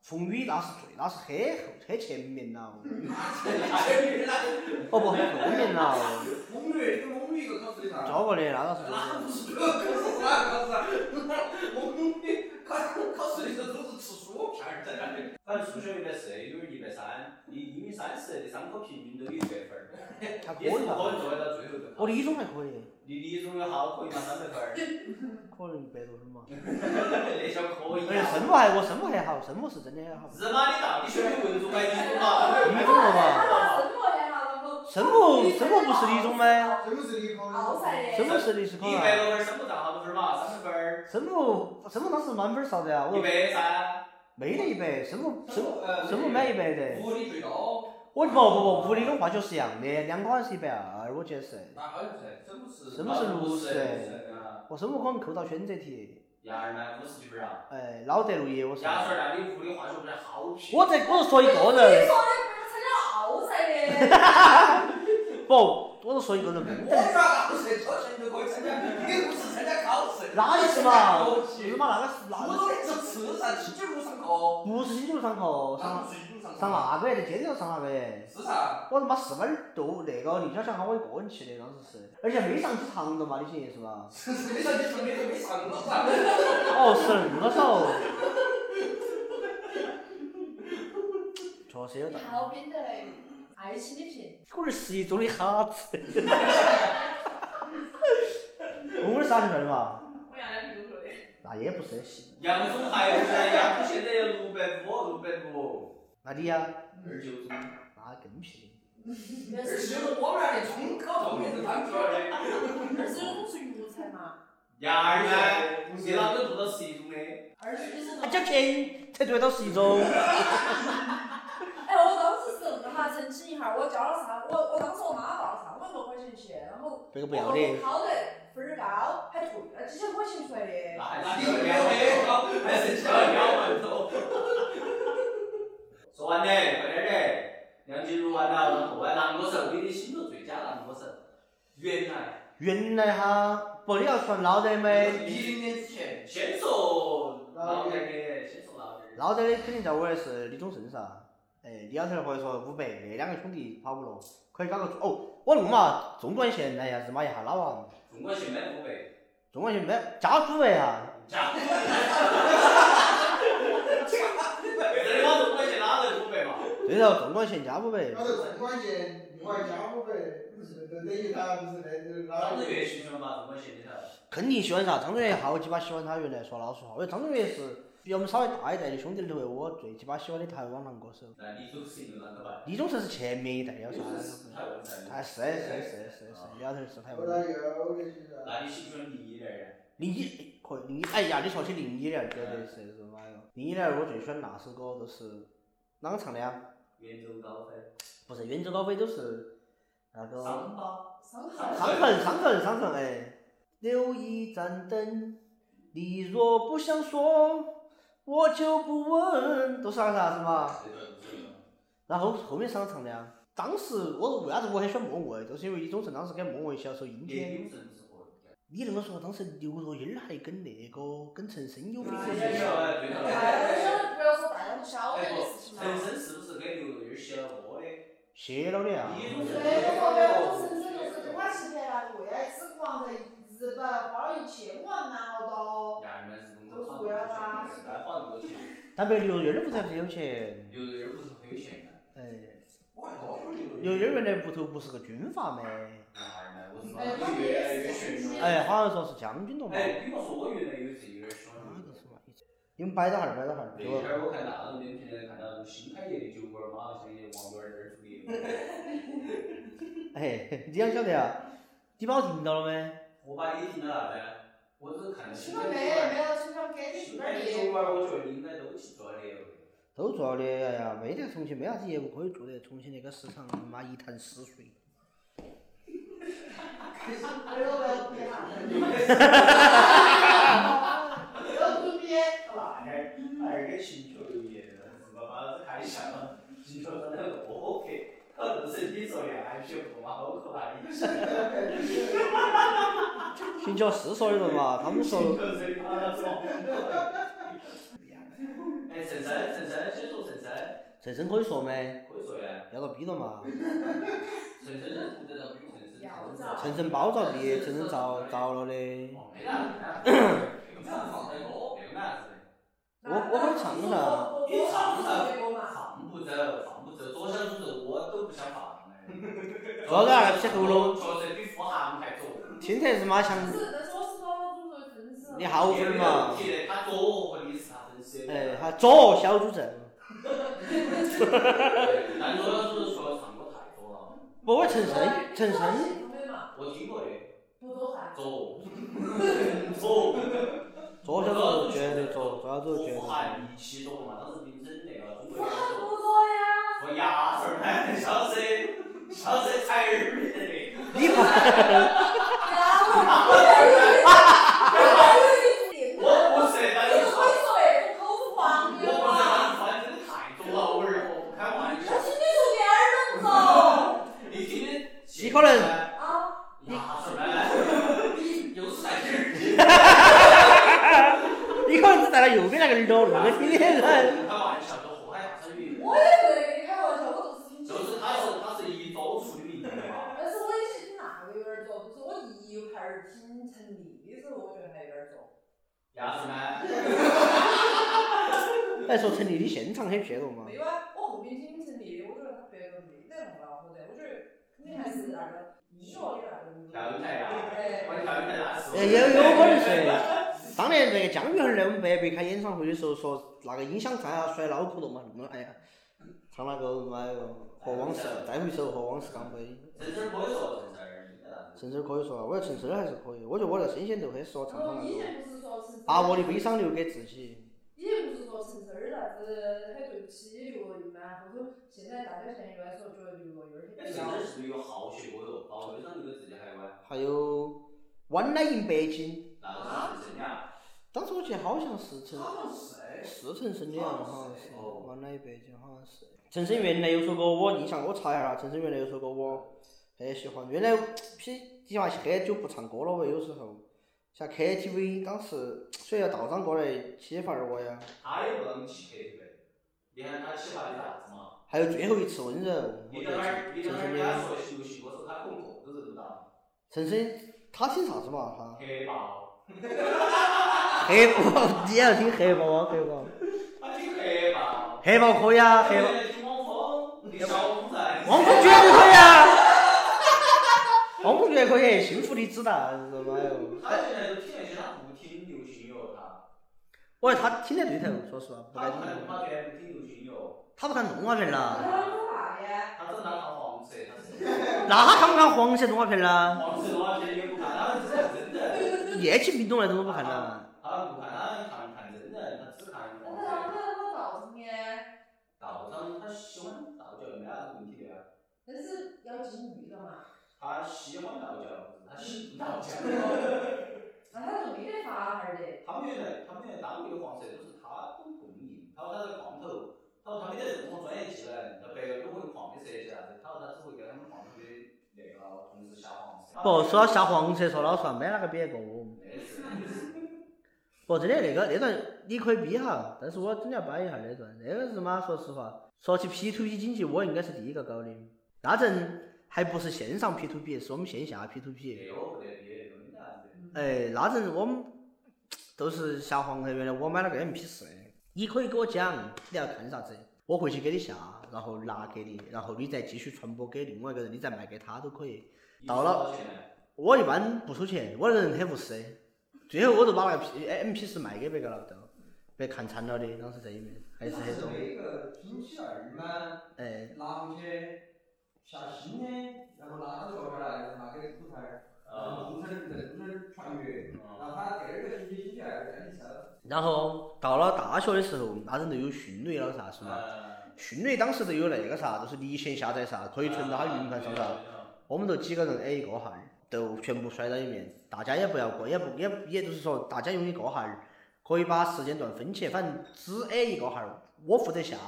S2: 风雨那是最，那是很后很前面了，
S5: 风
S2: 哦不，很后面了。
S5: 雨跟风雨一个考试的噻，
S2: 交过的那倒是
S5: 那不是考试啊，考试，风雨考考试的时候都是吃书片儿在那里。
S4: 反正数学一百四，语文一百三，你英语三十，这三科平均都有一百分儿，
S2: 还可
S4: 也是
S2: 以
S4: 不可能
S2: 吧？
S4: 做得到最后一个考
S2: 我
S4: 试。
S2: 理综还可以，
S4: 你理综有好可以拿三百分儿，
S2: 可能一百多分嘛。
S4: 那叫可
S2: 而
S4: 以
S2: 且
S4: 啊。
S2: 生物还我生物还好，生物是真的好。
S4: 日妈，你到底选的文综还是理综嘛？
S2: 理综了
S3: 他
S2: 嘛？
S3: 把生活也好，然后
S2: 生物生物不是理综吗？
S1: 这个是理科。
S3: 奥赛的，
S2: 生物是历史考
S4: 一
S2: 啊。
S4: 百多分儿升不到好多分儿嘛，三十分儿，
S2: 生物生物当时满分啥子呀？
S4: 一
S2: 我
S4: 百三，
S2: 没得一百，生物生物
S5: 呃
S2: 生物满一百的。
S5: 物理最高，
S2: 我不不不，物理跟化学是一样的，两科好像是一百二，我记得是。
S5: 那好像是，真不是。
S2: 什么是
S4: 五
S2: 如
S4: 十
S2: 是？
S4: 嗯
S2: 我生物可能扣到选择题，
S4: 亚二呢，五十几分儿啊。
S2: 哎，老得路也我是。
S4: 亚水那里物理化学不是好撇，
S2: 我在我是说一个
S3: 你
S2: 人，
S3: 说的不是参加奥赛的，
S2: 不，我是说一个人，
S5: 我
S2: 没得。
S5: 耍考试，考试就可以参加，你不是参加考试，
S2: 那是嘛？是嘛？那个是
S5: 我
S2: 那
S5: 都
S2: 个
S5: 是吃噻，星期六上课，
S2: 不是星期六上课，上
S5: 星期六上
S2: 上那个，天天要上那个。
S5: 是噻，
S2: 我他妈四分儿都那个立交想喊我一个人去的，当时是，而且没上几堂的嘛，你信是吧？
S5: 没上你上你都没上过噻。
S2: 哦，是那少。确实有
S3: 你
S2: 道
S3: 好
S2: 理。
S3: 变得爱情的品，
S2: 我是十一中的哈子。 我是啥学校的嘛？
S3: 我原来评论的，
S2: 那也不是很细。
S4: 杨总还有噻，杨总现在要六百五、六百六，
S2: 那你呀、
S4: 二九中。
S2: 那更屁。
S3: 但
S5: 而且
S3: 是
S5: 我们那儿的中考后面是他们学的。
S3: 但是我是育才嘛，
S4: 杨二呢，你啷个读到十一中的？
S3: 二十几岁
S2: 他。交钱才对到十一中。
S3: 哎，我当时是那哈澄清一下，我交了啥？我我当时我妈报了三万多块钱去，然后
S2: 这个
S3: 我
S2: 不要得。
S3: 考得分儿高，还退了几千块钱出来的。
S4: 那那你两百高，还是交两万多？说完嘞，快点的，梁静茹完了，后完男歌手，你的心头最佳男歌手，原来
S2: 原来哈，不你要算老的没？
S5: 一零年之前，
S4: 先说老点儿的，先说老点儿的。
S2: 老的肯定在我那是李宗盛噻。哎，李老头儿或者说伍佰那两个兄弟跑不落，可以搞个哦，我弄嘛，纵贯线来呀，日妈一下拉王，
S4: 中国现在五百，
S2: 纵贯线没加五位啊，
S4: 加。这里往中国线哪来五百嘛？
S2: 对头，纵贯线加五位
S1: 然，后总关键另外加五百，不是等于他不是那就是拿
S4: 张震岳喜欢嘛，中国线里头。
S2: 肯定喜欢噻。张震岳好鸡巴喜欢他，原来说老实话，因为张震岳是比我们稍微大一代的兄弟里头，我最鸡巴喜欢的台湾男歌手。
S4: 那你总是有啷个办？
S2: 李宗盛是前面一代的噻，
S4: 太稳阵
S2: 哎，是是是是是，李老头儿是台
S1: 我
S2: 湾。
S1: 那个我就是啊，
S4: 那你喜欢林忆莲？
S2: 零一可以，零一哎呀，你说起零一年，绝对是日妈哟！零一年我最喜欢那首歌就是啷个唱的呀？
S4: 远走高飞，
S2: 不是《远走高飞》，就是那个
S4: 伤疤。
S3: 伤
S4: 害
S2: 伤痕，伤痕，伤痕，哎。留一盏灯，你若不想说，我就不问，都是那个啥是吗？然后后面是啷个唱的呀？当时我为啥子我很喜欢莫文蔚，就是因为李宗盛当时给莫文蔚小时候阴
S4: 叶
S2: 天。
S4: 永胜之后。
S2: 你那么说，当时刘若英儿还跟那个跟陈升有绯
S4: 陈
S2: 闻。
S3: 哎，我晓得不要说大家都晓得的事情嘛。
S4: 升是不是跟刘若英写了歌的？
S2: 谢了你啊！
S4: 李
S3: 对，
S4: 宗
S3: 我
S4: 盛
S3: 说的我深圳就是跟他欺骗那个为爱之光在日本花了一千万拿了到，
S4: 伢们是
S3: 都是为了他
S4: 是该花那么多钱，
S2: 但被刘若英儿不是很有钱？
S4: 刘若英不是很有钱的。
S2: 哎，
S5: 我还多少年
S2: 刘英儿原来屋头不是个军阀咩？
S4: 伢们，我是
S3: 哎，
S4: 越
S3: 他
S4: 来越
S3: 也
S4: 炫
S3: 是
S4: 了。
S2: 哎，好像说是将军了嘛。
S4: 哎，你莫说，我原来有是有点喜欢
S2: 哪
S4: 刘
S2: 个是嘛？你们摆到哈儿，摆到哈儿，
S4: 那
S2: 给
S4: 一
S2: 我。
S4: 天我看大众点评来看到新开业的酒馆，马上想起王娟儿主业。
S2: 哎，你要晓得呀，你把我听到了没？
S4: 我把你听到啥子？我只是看到
S3: 去
S4: 新
S3: 了
S4: 开
S3: 没？
S4: 的
S3: 没有去了，给你
S4: 新
S3: 去
S4: 开的酒馆，我觉得应该都去做 了。
S2: 都做了的，哎呀，没得重庆没啥子业务可以做的，重庆那个市场他妈一潭死水。
S1: 我要不要别喊要不别，
S4: 那还还是跟寻求有缘的，是吧？嘛是还想到寻求的那个我 OK，他不是你说的，还学不嘛？我可怕你。
S2: 寻求是说的人嘛，他们说
S4: 哎，晨晨，晨晨，先说晨晨，
S2: 陈生可以说没？
S4: 可以说呀。
S2: 要到逼了嘛？
S5: 陈晨是不得了，比陈晨
S3: 要照
S2: 陈生包着的，陈生遭遭了的。
S4: 哦，没啦，
S5: 你唱放的歌，
S4: 没有啦，
S2: 我我会唱噻
S3: 你唱啥歌嘛？
S5: 放不走，放不走，多少首我都不想放。
S2: 啥子啊？吃喉咙？
S4: 角色比富含还重。
S2: 听才是妈强，
S3: 不是，但是我是说，我总说真是。
S2: 你好分嘛？
S4: 他左和你是他分析。
S2: 哎，他左小主阵。
S4: 但主要是说上过太多了，
S2: 不，我陈生，陈生，
S4: 我听过的，
S3: 不多喊。
S4: 左， 左。
S2: 左小主绝对左，左小主绝
S4: 我
S2: 对。
S4: 喊一起多嘛，当时评审那个中
S3: 我
S4: 国人
S3: 喊不多呀。
S4: 我牙齿呢，小声，小声才耳鸣的嘞。
S2: 你不，
S4: 我不是，但是说，我不是，反正太多了，我儿我不开玩笑。你听的，
S2: 你可能
S4: 牙齿呢，你又是在这儿。
S2: 你可能只戴了右边那个耳朵，那个听的人。
S4: 开玩笑，都祸害牙齿语。就是他是他是一周出的名嘛，牙齿呢，
S2: 哎，说陈立的现场很撇脱嘛？
S3: 没有啊，我后面听陈丽的，我觉得他别个没得那么恼火的，我觉得肯定还是那个医学的那
S4: 跳
S3: 个。
S4: 舞台呀，
S3: 哎，
S4: 我跳舞台牙齿。
S2: 哎，有有可能是。当年那个姜育恒来我们白白开演唱会的时候，说那个音响差啊，摔脑壳了嘛，那么哎呀，唱那个妈那个和往事再回首和往事干杯，
S4: 陈晨可以说陈晨，你的。
S2: 陈晨可以说，我觉得陈晨还是可以，我觉得我那声线就很适合唱
S3: 然后
S2: 唱那
S3: 以
S2: 个，
S3: 前不是说是
S2: 把我的悲伤留给自己。
S3: 以前不是说陈晨儿啥子很对不起刘若英嘛，后头现在大家现在又来说觉得刘若英儿
S4: 哎，
S3: 很
S4: 陈晨
S3: 屌。
S4: 是不是有好学过哟？把徽章留给自己还歪，
S2: 还有弯来迎北京，
S4: 那个是陈晨呀。
S2: 当时我记得好像是陈是陈升的样子，好像是
S4: 哦
S2: 弯来迎北京，好像是。陈升原来有首歌我印象，我查一下啊，陈升原来有首歌我很喜欢，原来批底下很久不唱歌了喂，有时候像 KTV 当时虽然要倒张过来欺负我呀，
S4: 他也不让你去 KTV，你看他去那里啥子嘛？
S2: 还有最后一次温柔，我
S4: 你
S2: 觉
S4: 在那
S2: 得
S4: 儿，你
S2: 陈
S4: 在那
S2: 升
S4: 儿跟他
S2: 的
S4: 说休息，我说他可能个都认不到。
S2: 陈升他听啥子嘛他。
S4: 黑豹，
S2: 黑豹，你要听黑豹啊，黑豹。
S4: 他听黑豹。
S2: 黑豹可以啊，黑豹，
S4: 听汪峰，你小五人。
S2: 汪峰绝对可以啊，汪峰绝对可以，幸福的子弹，是妈哟！
S4: 他现在都听那些，他不听流行乐，他
S2: 我说他听得对头，说实话，不
S4: 他
S2: 该
S4: 不看动
S2: 听。
S4: 画片，不听流行乐，
S2: 他不看动画片啦，
S4: 他只拿看黄色，他是
S2: 那他看不看黄色动画片啦？
S4: 黄色动画片也不看，他只看真人，
S2: 夜骑冰冻那种都不看啊啦。
S4: 他不看，他看看真人，他只看黄色。道长他喜欢道教没啥子问题的呀，他喜欢道教，他信道教。他们原来他们原来单位的黄色都是他都供应，他说他是光头，他说他没得任何专业技能，他白个都会画美设计啥子，他说他只会跟他们画图的那个同事下黄色。
S2: 不，说到下黄色，说老实话，没哪个比得过我。
S4: 那是
S2: 不，真的那个那段你可以逼哈，但是我真的要掰一下那段，那个是嘛？说实话，说起 P to P 经济，我应该是第一个搞的。那阵还不是线上 P to P，是我们线下 P to
S4: 那
S2: P。
S4: 个不得比，那没啥子。
S2: 哎，那阵我们都是下黄河，原来我买了个 MP 四，你可以给我讲你要看啥子，我回去给你下，然后拿给你，然后你再继续传播给另外一个人，你再卖给他都可以。到了我一般不收钱，我这个人很无私的。最后我都把那个 P 哎 M P 四卖给别个了，都被看惨了的。当时在里面还是很多。
S1: 那个星期二嘛，
S2: 哎，
S1: 拿回去下新的，然后拿到手上来，拿给主持人，然后主持人在主持人传阅，然后他第二个星期星期二再去收。
S2: 然后到了大学的时候，那阵就有迅雷了啥是嘛？
S4: 呃，
S2: 迅雷当时就有那个啥，就是离线下载啥，可以存到他云盘上噻。
S4: 啥？
S2: 我们就几个人挨一个鞋儿，都全部摔到一面，大家也不要过，也不也也就是说，大家用一个鞋儿，可以把时间段分起，反正只挨一个鞋儿，我负责下。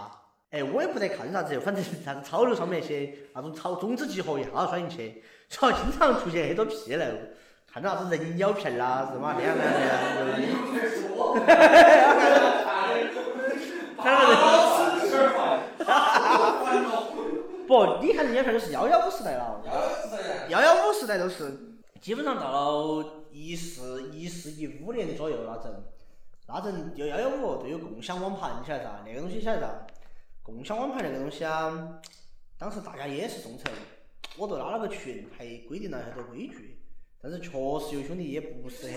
S2: 哎，我也不得看啥子，反正啥子草榴上面那些那种草种子集合一下甩进去，主要经常出现很多屁来，看到啥子人妖片啦，什么那样那样那样。啊不，你看人家票就是幺幺五时代了，幺幺五时代都是基本上到了一四一四一五年左右那阵，那阵就幺幺五就有共享网盘，你晓得啥？那个东西晓得啥？共享网盘那个东西啊，当时大家也是众筹，我就拉了个群，还规定了很多规矩，但是确实有兄弟也不是很。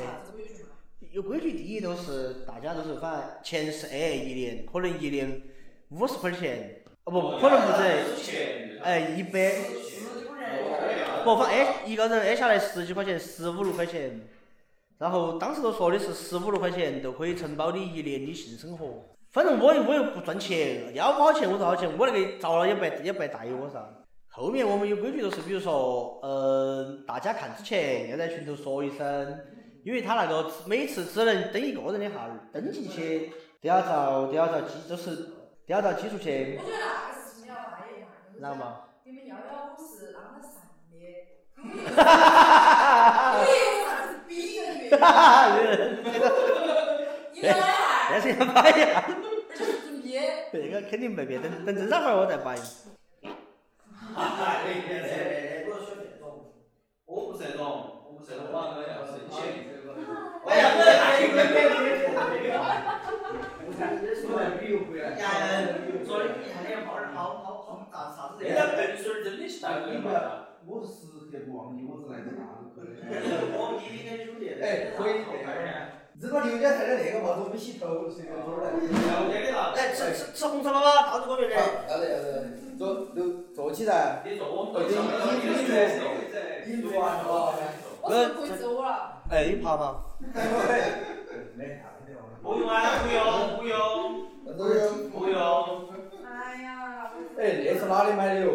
S2: 有规矩，第一都是大家都是反正钱是 A 一年，可能一年五十块钱，哦不，可能不止，哎一百，不哎反正 A 一个人 A 下来十几块钱，十五六块钱，然后当时都说的是十五六块钱就可以承包你一年的性生活，反正我又我又不赚钱，要好钱我就好钱，我那个遭了也白也白带我噻。后面我们有规矩就是，比如说，呃，大家看之前要在群头说一声。因为他那个只每次只能登一个人的号儿，登进去都要遭都要遭基，就是都要遭基数去，
S3: 我觉得那个事情要发言一下，就是
S2: 知道吗？
S3: 你们幺幺五是啷个散的？你们有啥子逼人的？你们
S2: 但是要摆呀，
S3: 而且是逼，
S2: 这个肯定没变，等等正常会儿我再摆。
S4: 我不是那种，我不是那种，我要是钱。人家笨水儿真的是大哥嘛，
S1: 我是得不忘记我是来自哪个的。
S5: 我比你跟兄弟
S1: 哎，可以这个刘家台的那个嘛，我们洗头随便走来。
S4: 了解的
S1: 哎
S4: 啦。
S2: 来吃吃吃红烧粑粑，到处我面
S1: 好，要得要得，坐坐坐起来。
S4: 你说我们会上班，你是在社会在，
S1: 你做完了吧？
S3: 我是贵州了，
S2: 哎，你爬嘛？
S1: 没啥，没啥。
S4: 不用啊，不用，不用，不用。
S3: 哎呀，
S1: 哎，那是哪里买的哟？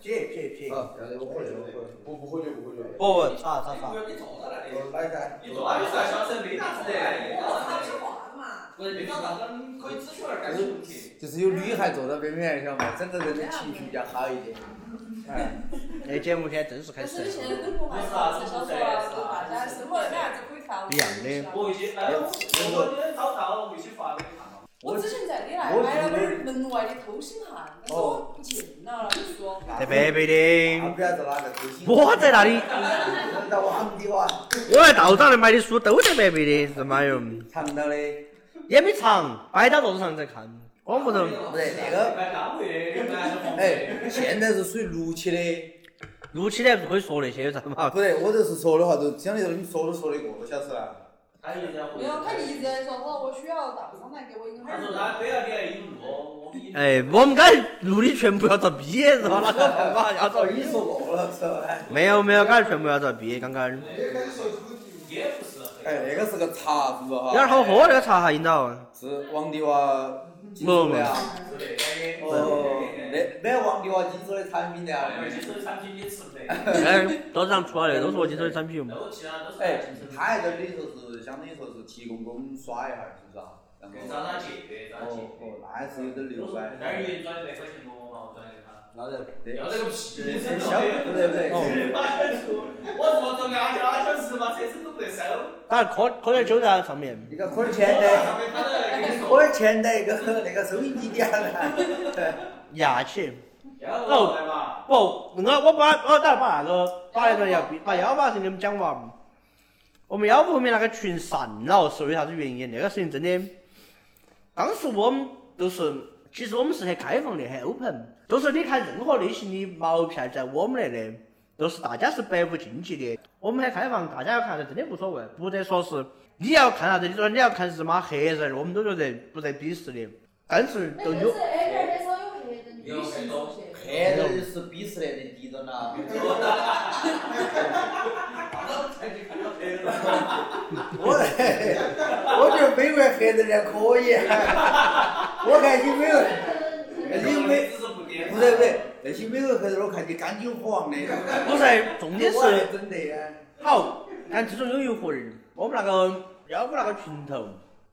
S2: 撇撇撇。
S1: 啊，要得我喝的，我喝的。不不喝酒，不喝酒。
S2: 不问啊，咋咋？
S5: 你坐到那里，
S1: 我买噻。
S4: 你做啊，你算小生没啥子
S3: 我
S4: 的。
S3: 他不话嘛，
S5: 不是没找到，你可以咨询二干兄弟。
S1: 就是有女孩坐到边边，晓得嘛，整个人的情绪比较好一点。哎，
S2: 哎，节目现在正式开
S3: 但
S2: 始
S3: 是。现在都不买房子，小说啊，大家生活没啥子可以调
S4: 我回去，哎，我我今天早上回去发给他嘛。
S3: 我之前在你那买了本门外的偷心汉，但是我不进了，你说。
S2: 在北北的，
S1: 啊不要在哪个偷心？
S2: 我在那里，
S1: 在王地哇，
S2: 我在道长那买的书都在北北的，是妈哟，
S1: 看到的。
S2: 也没藏，摆到桌子上在看，光顾着
S1: 不对，那个，
S4: 买单位的，买红的。
S1: 哎，现在是属于录起的。
S2: 录起来不可以说那些噻嘛。
S1: 不对，我就是说的话，就相当于你说都说了一个小时了。
S4: 他一直在回
S3: 没有，他一直在说，他哦说我需要到上来给我一个
S4: 他说他非要你来引路，我们引。
S2: 哎，我们刚才录的全部要遭逼 是吧？哪个办法要遭
S1: 你
S2: 逼？
S1: 说过了是吧？
S2: 没有没有，刚才全部要遭逼，刚刚。
S4: 也不是很。
S1: 哎，那个是个茶，是不
S2: 有
S1: 哈？
S2: 点好喝那个茶哈，引导。
S1: 是王迪娃金手的啊。哦，那那王迪娃金手的产品的啊。
S4: 而且这产品你吃不得。
S2: 哎，桌子上出来的都是我经手的产品。
S4: 那我其他都是
S1: 哎
S4: 竞争，
S1: 他还在里头是相当于说是提供给我们耍一下儿，是不是啊？然后
S4: 跟张张借的，张
S1: 哦哦，那还是有点
S4: 借
S1: 牛。掰。
S4: 那儿有人转一百块钱给我嘛，我转给他。
S1: 那得得
S4: 要那个屁！真
S1: 小对不对不对？
S2: 哦
S4: 我坐坐俺家二小时啊嘛，车子都不得收。
S2: 当然可可点酒在上面。
S1: 一个可钱
S4: 上
S1: 的，
S4: 面他都来跟你说。
S1: 可钱的一个那个收音机点了。
S2: 压起。
S4: 要我来嘛？
S2: 不，我我把我等下把那个把那个要把幺八事情给你们讲完。我们幺八后面那个群散了，是为啥子原因？那个事情真的，当时我们就是，其实我们是很开放的，很 open，就是你看任何类型的毛片，在我们那里，就是大家是百无禁忌的，我们很开放，大家要看啥子真的无所谓，不得说是你要看啥子，你说你要看日妈黑人，我们都觉得不得鄙视的，但是
S9: 那
S2: 都
S9: 就是
S2: 有。
S9: 哎，这儿很少有黑人女性出现。
S1: 黑的就是鄙视链的敌人呐。我我觉得美国黑人还可以，我看你美国。
S9: 可能
S1: 哎你没
S4: 只是不点。
S1: 不对不对，那些
S10: 你每个回头都看你干净黄的，
S2: 不是，重点
S10: 我
S2: 是
S10: 还真的啊。
S2: 好，但其中有一伙人，我们那个要不那个群头，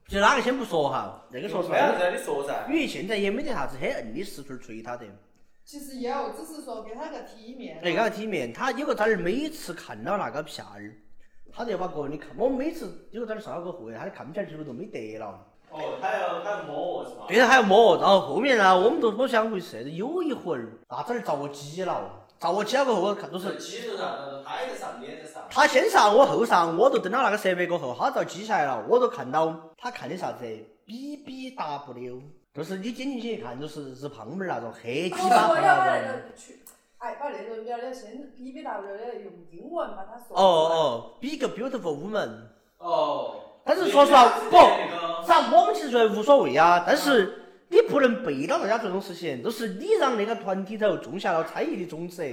S2: 就哪个先不说哈，那个说出
S4: 没啥
S2: 来，
S4: 子，你说噻。
S2: 因为现在也没得啥子很硬的实锤锤他的。哎
S3: 其实也有，只是说给他个体面。
S10: 哎
S2: 那个体面，他有个他儿每次看到那个片儿，他就把个人的看，我们每次有个他儿上了个会，他的看片记录都没得了。
S4: 哦，他要他要摸我是吗？
S2: 对头，还要摸，然后后面呢，我们都我想回事，有一会儿那这儿遭我挤了，遭我挤了过后，我看都
S4: 都
S2: 是
S4: 是肌肉上，但是他也在上，你也在上。
S2: 他先上，我后上，我都等到那个设备过后，他遭挤下来了，我都看到他看的啥子 B B W，就是你点进去一看，就是日胖妹儿那种黑鸡
S3: 哦我
S2: 巴
S3: 说要把
S2: 那
S3: 那
S2: 种。
S3: 个去，哎，把那个聊聊先 B B W 的用英文把它说。
S2: 哦。哦，Big Beautiful Woman。
S4: 哦。
S2: 但是说实话，不，
S4: 那个
S2: 咱我们其实无所谓啊，但是你不能背到人家这种事情，就是你让那个团体头种下了猜疑的种子，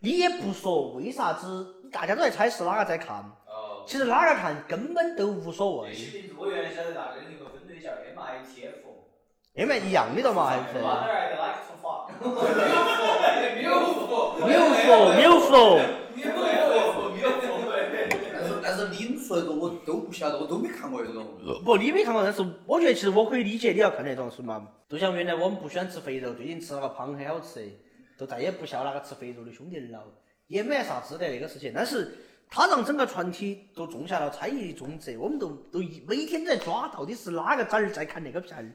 S2: 你也不说为啥子，大家都在猜是哪个在看，
S4: 哦。
S2: 其实哪个看根本都无所
S4: 必
S2: 谓，
S4: 须得我原来的那个那个分类叫 MITF。
S2: 因为一样的了嘛，还
S4: 我那
S2: 是
S4: 儿还来出发。
S2: ，MILF MILF，
S4: 没有没有没有。
S10: 但是但是你们说的我都不晓得，我都没看过这种。
S2: 不，你没看过，但是我觉得其实我可以理解你要看那种是嘛，就像原来我们不喜欢吃肥肉，最近吃那个胖很好吃，都再也不笑那个吃肥肉的兄弟了，也没啥值得那个事情，但是。他让整个团体都种下了猜疑的种子，我们都都一每天都在抓，到底是哪个崽儿在看那个片儿，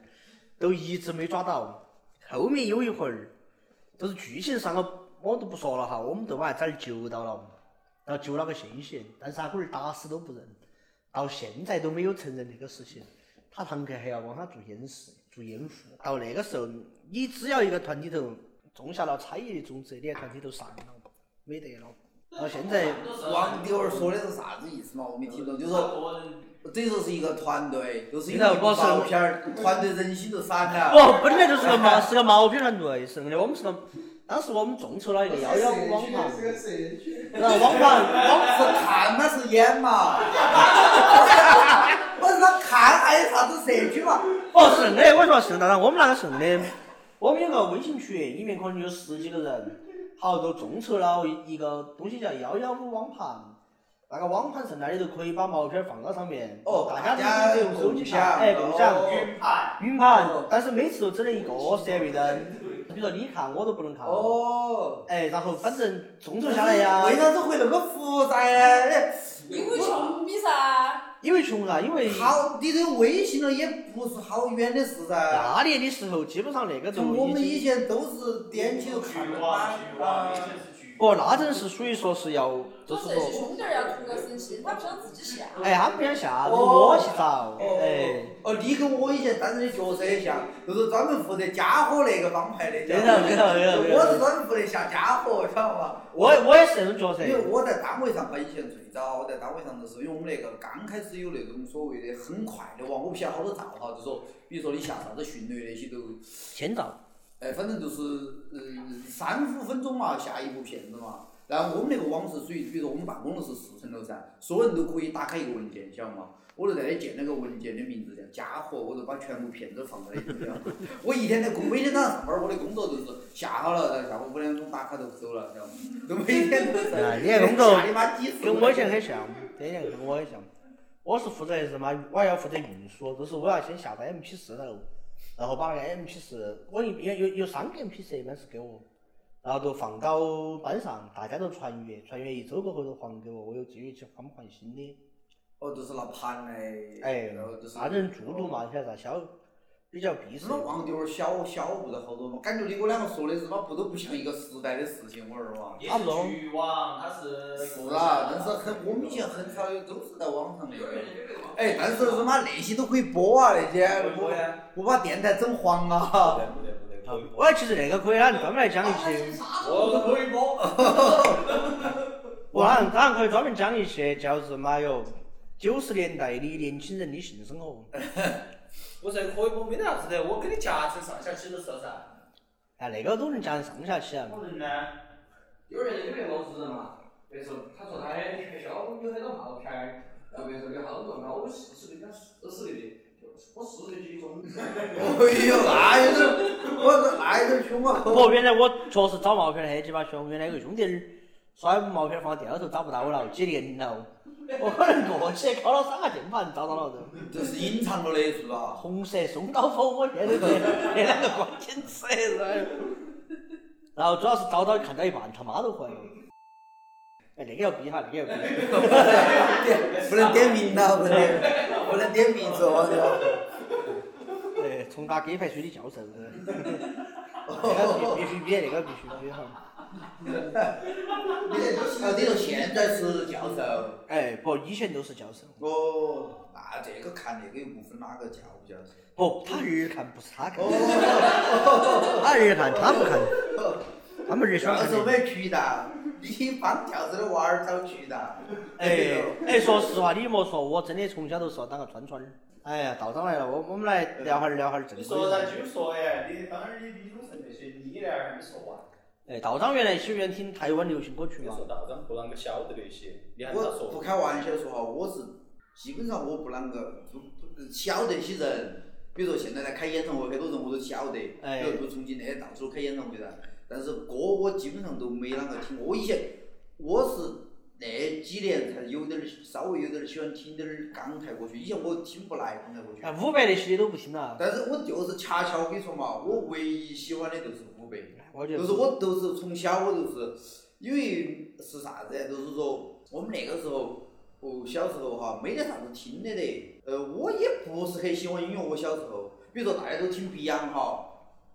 S2: 都一直没抓到。后面有一会儿，就是剧情上个我都不说了哈，我们都把那崽儿揪到了，然后揪了个现行，但是他龟儿打死都不认，到现在都没有承认那个事情。他堂客还要帮他做掩饰、做掩护。到那个时候，你只要一个团体头种下了猜疑的种子，你的团体头散了，没得了。到现在，
S10: 王六儿说的是啥子意思嘛？我没听懂，就是说等于说是一个团队，就是一
S2: 你看
S10: 个
S2: 我是
S10: 毛片儿，啊团队人心就散了。
S2: 哦，本来就是个毛，是个毛片团队，是的。我们是个，当时我们众筹了一个幺幺五网盘，
S1: 是个摄影区。
S2: 然后网盘
S10: 我是看他是 演嘛，我是说看还有啥子社区嘛？
S2: 哦，是的，我说是的，当然我们那个是的，我们有个微信群，里面可能有十几个人，好都众筹了一个东西叫幺幺五网盘，那个网盘是那里头可以把毛片放到上面，
S10: 哦
S2: 大家
S10: 大家
S2: 都可以用手机
S10: 共享
S2: 看，哎，共享
S10: 哦
S4: 云盘。
S2: 云盘，但是每次都只能一个设备灯，比如说你看我都不能看，
S10: 哦，
S2: 哎，然后反正众筹下来呀，
S10: 为啥子会那么复杂呢？
S3: 因为穷逼噻，
S2: 因为穷啊，因为
S10: 哎好，你这微信了也不是好远的事噻。
S2: 那年的时候基本上那个就
S10: 我们
S2: 已
S10: 以
S2: 经
S10: 前都是点起就
S4: 菊
S10: 看的
S4: 花，菊花，
S10: 啊
S4: 以前是菊
S2: 哦，那阵是属于说是要就
S3: 我
S2: 是
S3: 说这些
S2: 说，
S3: 兄弟儿要图个生气，他不想自己下。
S2: 哎，他们不想下，
S10: 哦
S2: 我去找，
S10: 哦
S2: 哎。，
S10: 哦，你跟我以前担任的角色也像，就是专门负责家伙那个帮派的。
S2: 对头对头对头对头
S10: 我是专门负责下家伙，晓得嘛？
S2: 我我也是那种角
S10: 因为
S2: 色，
S10: 我在单位上班，以前最早我在单位上就是，因为我们那个刚开始有那种所谓的很快的网，我不晓得好多账号，就说比如说你下啥子迅雷那些都，
S2: 千兆。
S10: 哎，反正就是呃三五分钟嘛，下一部片子嘛。然后我们那个网是属于，比如说我们办公楼是四层楼噻，所有人都可以打开一个文件，晓得吗？我就在那建了个文件的名字叫“家伙”，我就把全部片子放在那里面。我一天的工，每天早上上班，我的工作就是下好了，然后下午五点钟打卡就走了，晓得吗？就每天都在。
S2: 哎，你那工作
S10: 下你妈几十
S2: 跟我以前很像，这两个跟我很像。我是负责什么？我还要负责运输，就是我要先下到 MP 四楼，然后把那 MP 四，我一有有有三个 MP 四一般是给我，然后都放到班上，大家都传阅，传阅一周过后都还给我，我又继续去他们换新的。
S10: 哦，就是拿盘来，
S2: 哎
S10: 然后就是，哦
S2: 那人速度。嘛，晓得啥？小比较闭
S10: 是
S2: 塞
S10: 那。王丢儿小小物的好多嘛，感觉你我两个说的是嘛不都不像一个时代的事情，我儿嘛。
S4: 也是局网，它是
S10: 是啊，但是很我们以前很少有，都是在网上的。哎，但是他妈那些都可以播啊，那些
S4: 播
S10: 我
S4: 呀，
S10: 我把电台整黄啊了。
S4: 不得不得不 得，
S2: 我其实那个可以，他专门来讲一些。
S4: 我都可以播。
S2: 我好像好像可以专门讲一些叫什么哟，九十年代的年轻人的性生活。
S4: 我才可以播，没得啥子的，我给你夹成上下期都是噻。
S2: 啊，那个都能讲上下期啊。
S4: 我人呢？
S1: 有人有那个主任嘛，别说他说他的学校有很多毛片儿，然后别说有好多嘛，我四十岁跟四十岁的，我四十岁几中，
S10: 哎呦，那有点，我说那有点凶啊。
S2: 不，原来我确实找毛片儿黑鸡巴熊，原来有个兄弟儿摔毛片儿放掉头找不到我了，几年了，我可能过去敲了三下键盘找到了人。
S10: 这是隐藏了的，是吧？
S2: 红色松刀锋，我现在这这两个关键词是。然后主要是找到看到一半，他妈都怀了。哎，那个要逼哈，那个要逼。
S10: 不能点名了，不能点，不能点名字哦，
S2: 哎，重打给排水的教授。哦那个必须逼，那个必须逼哈。
S10: 哦，你说现在是教授？
S2: 哎，不，以前都是教授。
S10: 哦，那这个看那个又不分哪个教不教授。
S2: 不，哦他儿看不是他看，
S10: 哦，
S2: 他儿看他不看，他们儿喜欢
S10: 教
S2: 看
S10: 授
S2: 那个。
S10: 没渠道，你帮教授的娃儿找渠道。
S2: 哎哎，说实话，你莫说，我真的从小都是要当个川川儿。哎呀，道长来了，我我们来聊哈儿聊哈儿正
S4: 你
S2: 规
S4: 说
S2: 的
S4: 咱。就说哎，你当然你李宗盛那些你呢还没说完，
S2: 哎，道长原来喜欢听台湾流行歌曲
S4: 你
S2: 嘛
S4: 说？道长不啷个晓得那些，你还咋
S10: 我不
S4: 说？
S10: 开玩笑说哈，我是基本上我不啷个不不晓得些人，比如说现在来开演唱会，很多人我都晓得，
S2: 哎
S10: 比如说重庆那些到处开演唱会噻。但是歌我基本上都没啷个听，我以前我是那几年才有点儿稍微有点儿喜欢听点儿港台歌曲，以前我听不来港台歌曲。
S2: 哎，伍佰那些你都不啊听了？
S10: 但是我就是恰巧我跟你说嘛，我唯一喜欢的就是伍佰。
S2: 我觉得
S10: 就是我都是从小我就是，因为是啥子？啊就是说我们那个时候，哦，小时候哈，没得啥子听的得。呃，我也不是很喜欢音乐。我小时候，比如说大家都听 Beyond 哈，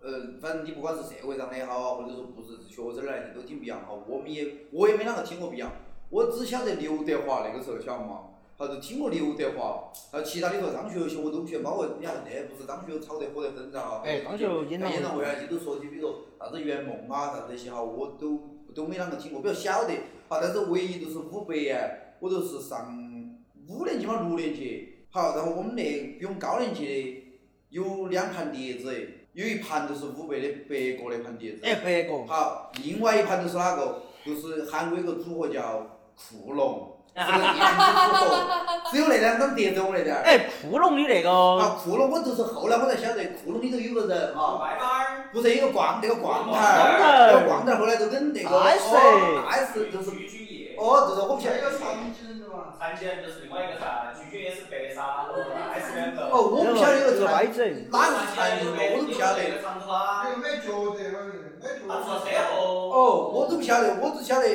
S10: 呃，反正你不管是社会上的也好，啊或者说不是学生来的都听 Beyond 哈，我们也我也没啷个听过 Beyond，我只晓得刘德华那个时候晓得嘛。好就听过刘德华，然后其他你说张学友些我都不晓得，包括你看那不是张学友炒得火得很噻哈。
S2: 哎张学友演唱
S10: 演唱
S2: 会
S10: 会啊，你都说起，比如说啥子圆梦啊，啥子那些哈，我都都没啷个听过，比较晓得哈。但是唯一就是伍佰啊，我都是上五年级嘛，六年级。好，然后我们那比我们高年级的有两盘碟子，有一盘就是伍佰的《白鸽》那盘碟子。
S2: 哎，白鸽。
S10: 好，另外一盘就是哪个？就是韩国有个组合叫酷龙，是个电子组合，只有那两张碟子我们那点儿。
S2: 哎，库龙的那个，
S10: 啊，酷龙，我就是后来我才晓得，酷龙里头有个人啊，
S4: 拜拜。
S10: 不是有个光那个光头
S2: 光头
S10: 儿，那个光头儿后来就跟那个
S2: Nice
S10: 哦，nice 就是
S4: 鞠婧祎。
S10: 哦，就是我们现在有啥？
S1: 残疾人的嘛，
S4: 残疾人就是另外一个噻，鞠婧祎是白沙，我们还是两
S10: 哦，
S4: 个。
S10: 我不晓得有
S2: 这个
S10: 个
S2: 歪
S10: 残，
S2: 子。
S10: 哪个是残疾人嘛，我都不晓得。
S4: 长头啊，
S1: 有没觉得嘛？没觉
S4: 他出
S1: 得。
S4: 车祸。
S10: 哦，我都不晓得，我只晓得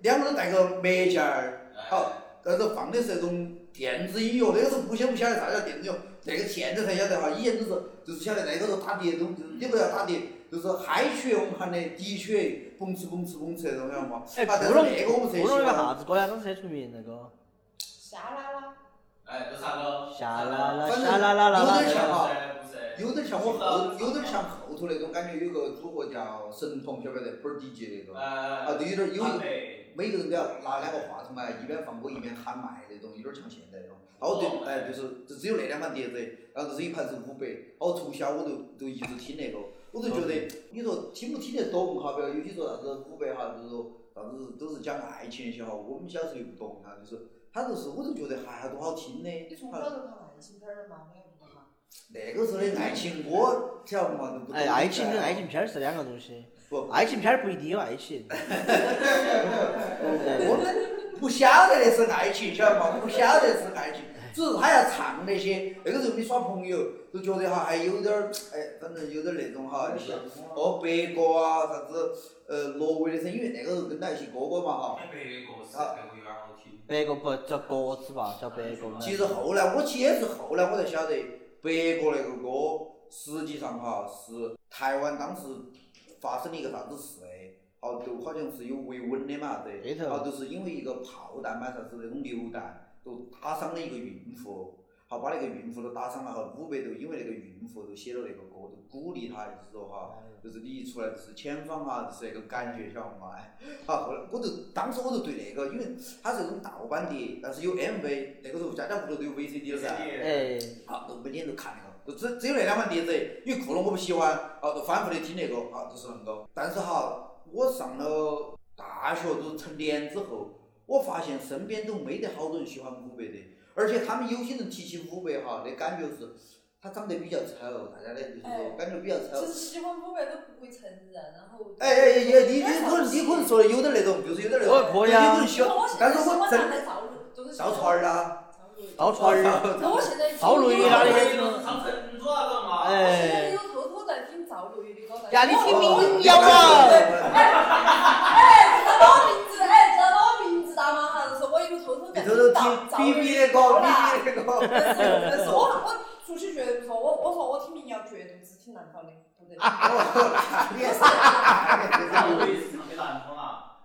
S10: 两个人戴个墨镜儿，好，但是放的是那种电子音乐，那个时候不晓不晓得啥叫电子音乐，那个现在才晓得哈，以前都是就是晓得那个时候打碟，都就是你不要打碟，就是嗨曲我们喊的低曲，蹦哧蹦哧蹦哧那种，晓得嘛？
S2: 哎，
S10: 啊，但
S2: 库
S10: 是
S2: 龙，
S10: 那个我不是
S2: 库
S10: 很
S2: 龙
S10: 喜
S2: 有个啥
S10: 欢，
S2: 子歌呀？当时很出名那个。
S3: 瞎啦啦，
S4: 哎，就啥个？
S2: 下啦啦，
S10: 啊反正
S2: 下啦啦啦啦
S10: 有。点像哈
S4: 不是。
S10: 有点像我后，有点像后头那种感觉，有个组合叫神童，晓不晓得？不是 DJ 那个，
S4: 呃，
S10: 啊，对，有点有一个。
S4: 对，
S10: 每个人都要拿两个话筒来，一边放歌一边喊麦那种，有点像现在那种。然后对，哎，就是就只有那两盘碟子，然后就是一盘是五百，然后从小我都都一直听那个，我都觉得，你说听不听得懂哈？不要有些说啥子五百哈，就是说啥子都是讲爱情那些哈，我们小时候又不懂哈，就是他就是我都觉得还多好听的。
S3: 你从小就看爱情片儿嘛，你还不看？
S10: 那个时候的爱情歌，晓得嘛？都不懂
S2: 哎，爱情跟爱情片儿是两个东西。
S10: 不
S2: 爱情片儿不一定有爱 情。
S10: 哎我们不晓得那是爱情，晓得嘛？不晓得是爱情，只是他要唱那些。那个时候你耍朋友，都觉得哈还有点儿，哎，反正有点儿那种哈，像哦，白鸽啊，啥子呃，挪威的声，因为那个时候跟到一起哥哥嘛哈。
S5: 白鸽是白鸽有点好听。
S2: 白鸽不叫鸽子吧？叫白鸽。
S10: 其实后来我其实也是后来我才晓得，白鸽那个歌实际上哈是台湾当时发生了一个啥子事哎，好都好像是有维稳的嘛对，
S2: 对头
S10: 好就是因为一个炮弹嘛啥子那种榴弹，都打伤了一个孕妇，好把那个孕妇都打伤了哈，五百都因为那个孕妇都写了那个歌，都鼓励她就是说哈。就是你一出来就是前方啊，就是那个感觉，晓得 嘛？哎，好，后来我就当时我就对那个，因为它是那种盗版碟，但是有 MV，那个时候家家户户都有 VCD 了噻。啊
S2: 哎，
S10: 好，都每天都看那个，就只只有那两盘碟子，因为库龙我不喜欢，啊，就反复的听那个，啊，就是那个。但是哈，我上了大学，就是成年之后，我发现身边都没得好多人喜欢伍佰的，而且他们有些人提起伍佰哈，那感觉是。他长得比较丑，大家呢就是
S3: 哎
S10: 说感觉比较
S3: 就
S10: 丑
S3: 是。喜欢普遍都不会承认，然后
S10: 呃哎哎哎，你你可能你可能说的有点那种，就是有点那种，
S2: 我婆
S10: 你
S2: 呀
S10: 可能喜欢，但是我真
S3: 的赵露，就是
S10: 烧串儿啊，
S2: 到处儿，
S3: 那我现在
S2: 赵露
S3: 有
S2: 与哪里
S4: 长城主啊，知道吗？
S3: 我现在
S2: 哎
S3: 有，偷偷在听赵露玉的歌，
S2: 呀，你听
S10: 哦
S2: 民谣啊？
S10: 啊！
S3: 哎，知道我名字，哎，知道我名字大吗？哈，就是我有偷偷
S10: 你
S3: 在
S10: 偷偷
S3: 赵
S10: 听
S3: 赵
S10: B
S3: 露
S10: B
S3: 玉
S10: 的歌
S3: 啦。
S10: ，B B 的歌，
S3: 但是但是我我出去绝对不说，我我说我听民谣绝对只听南方的，不得。
S10: 你也是，
S4: 赵薇是没南方啊，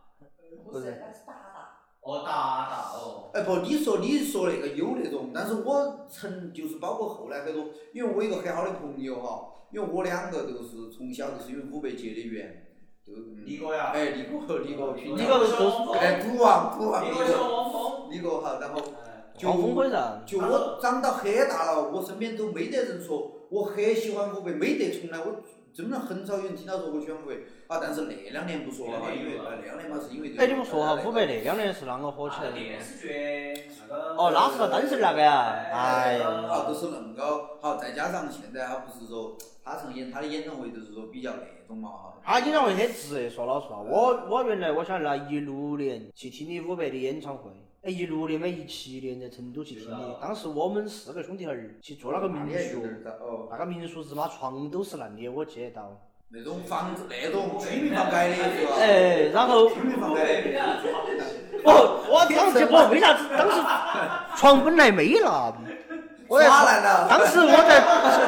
S3: 不是，那是大大。
S4: 哦，大大哦，
S10: 哎不，你说你说那个有那种，但是我曾就是包括后来很多，因为我有一个很好的朋友哈，因为我两个都是从小就是因为五百结的缘，就
S4: 李哥呀，
S10: 哎李哥李哥
S4: 李
S10: 群
S2: 李
S10: 里
S2: 哥
S4: 哥小汪峰，
S10: 哎赌王赌王
S4: 李
S10: 李
S4: 哥小
S10: 哥
S4: 汪峰，
S10: 李哥哈，然后
S4: 哎
S10: 就
S2: 黄蜂会上，
S10: 就我长到很大了，我身边都没得人说我很喜欢五百，没得从来我真的很少有人听到说我喜欢五百啊，但是那两年不说
S2: 哎
S10: 了嘛，因为那两年嘛是因为
S2: 哎，你们说哈，五百那两年是啷个火起
S4: 那
S2: 来
S4: 个
S10: 啊
S2: 的？
S4: 电视剧那个
S2: 哦，那是个单身那个呀，哎
S10: 啊，
S2: 呀，
S10: 都是恁个好，再加上现在他不是说他上演他的演唱会，就是说比较那种嘛哈。
S2: 他演唱会很值得，说啊老实话，我我原来我想来一六年去听的伍佰的演唱会。哎，一六年嘛，一七年在成都去听的。当时我们四个兄弟伙儿去坐那个民宿，
S10: 哦，
S2: 那个民宿日妈床都是烂的，我记得到。
S10: 那种房子那种居民房改的是吧？，哎
S2: 哎， 然后
S10: 居民房改的，
S2: 我我当时我为啥 子当时床本来没拿？我
S10: 耍烂了，
S2: 当时我在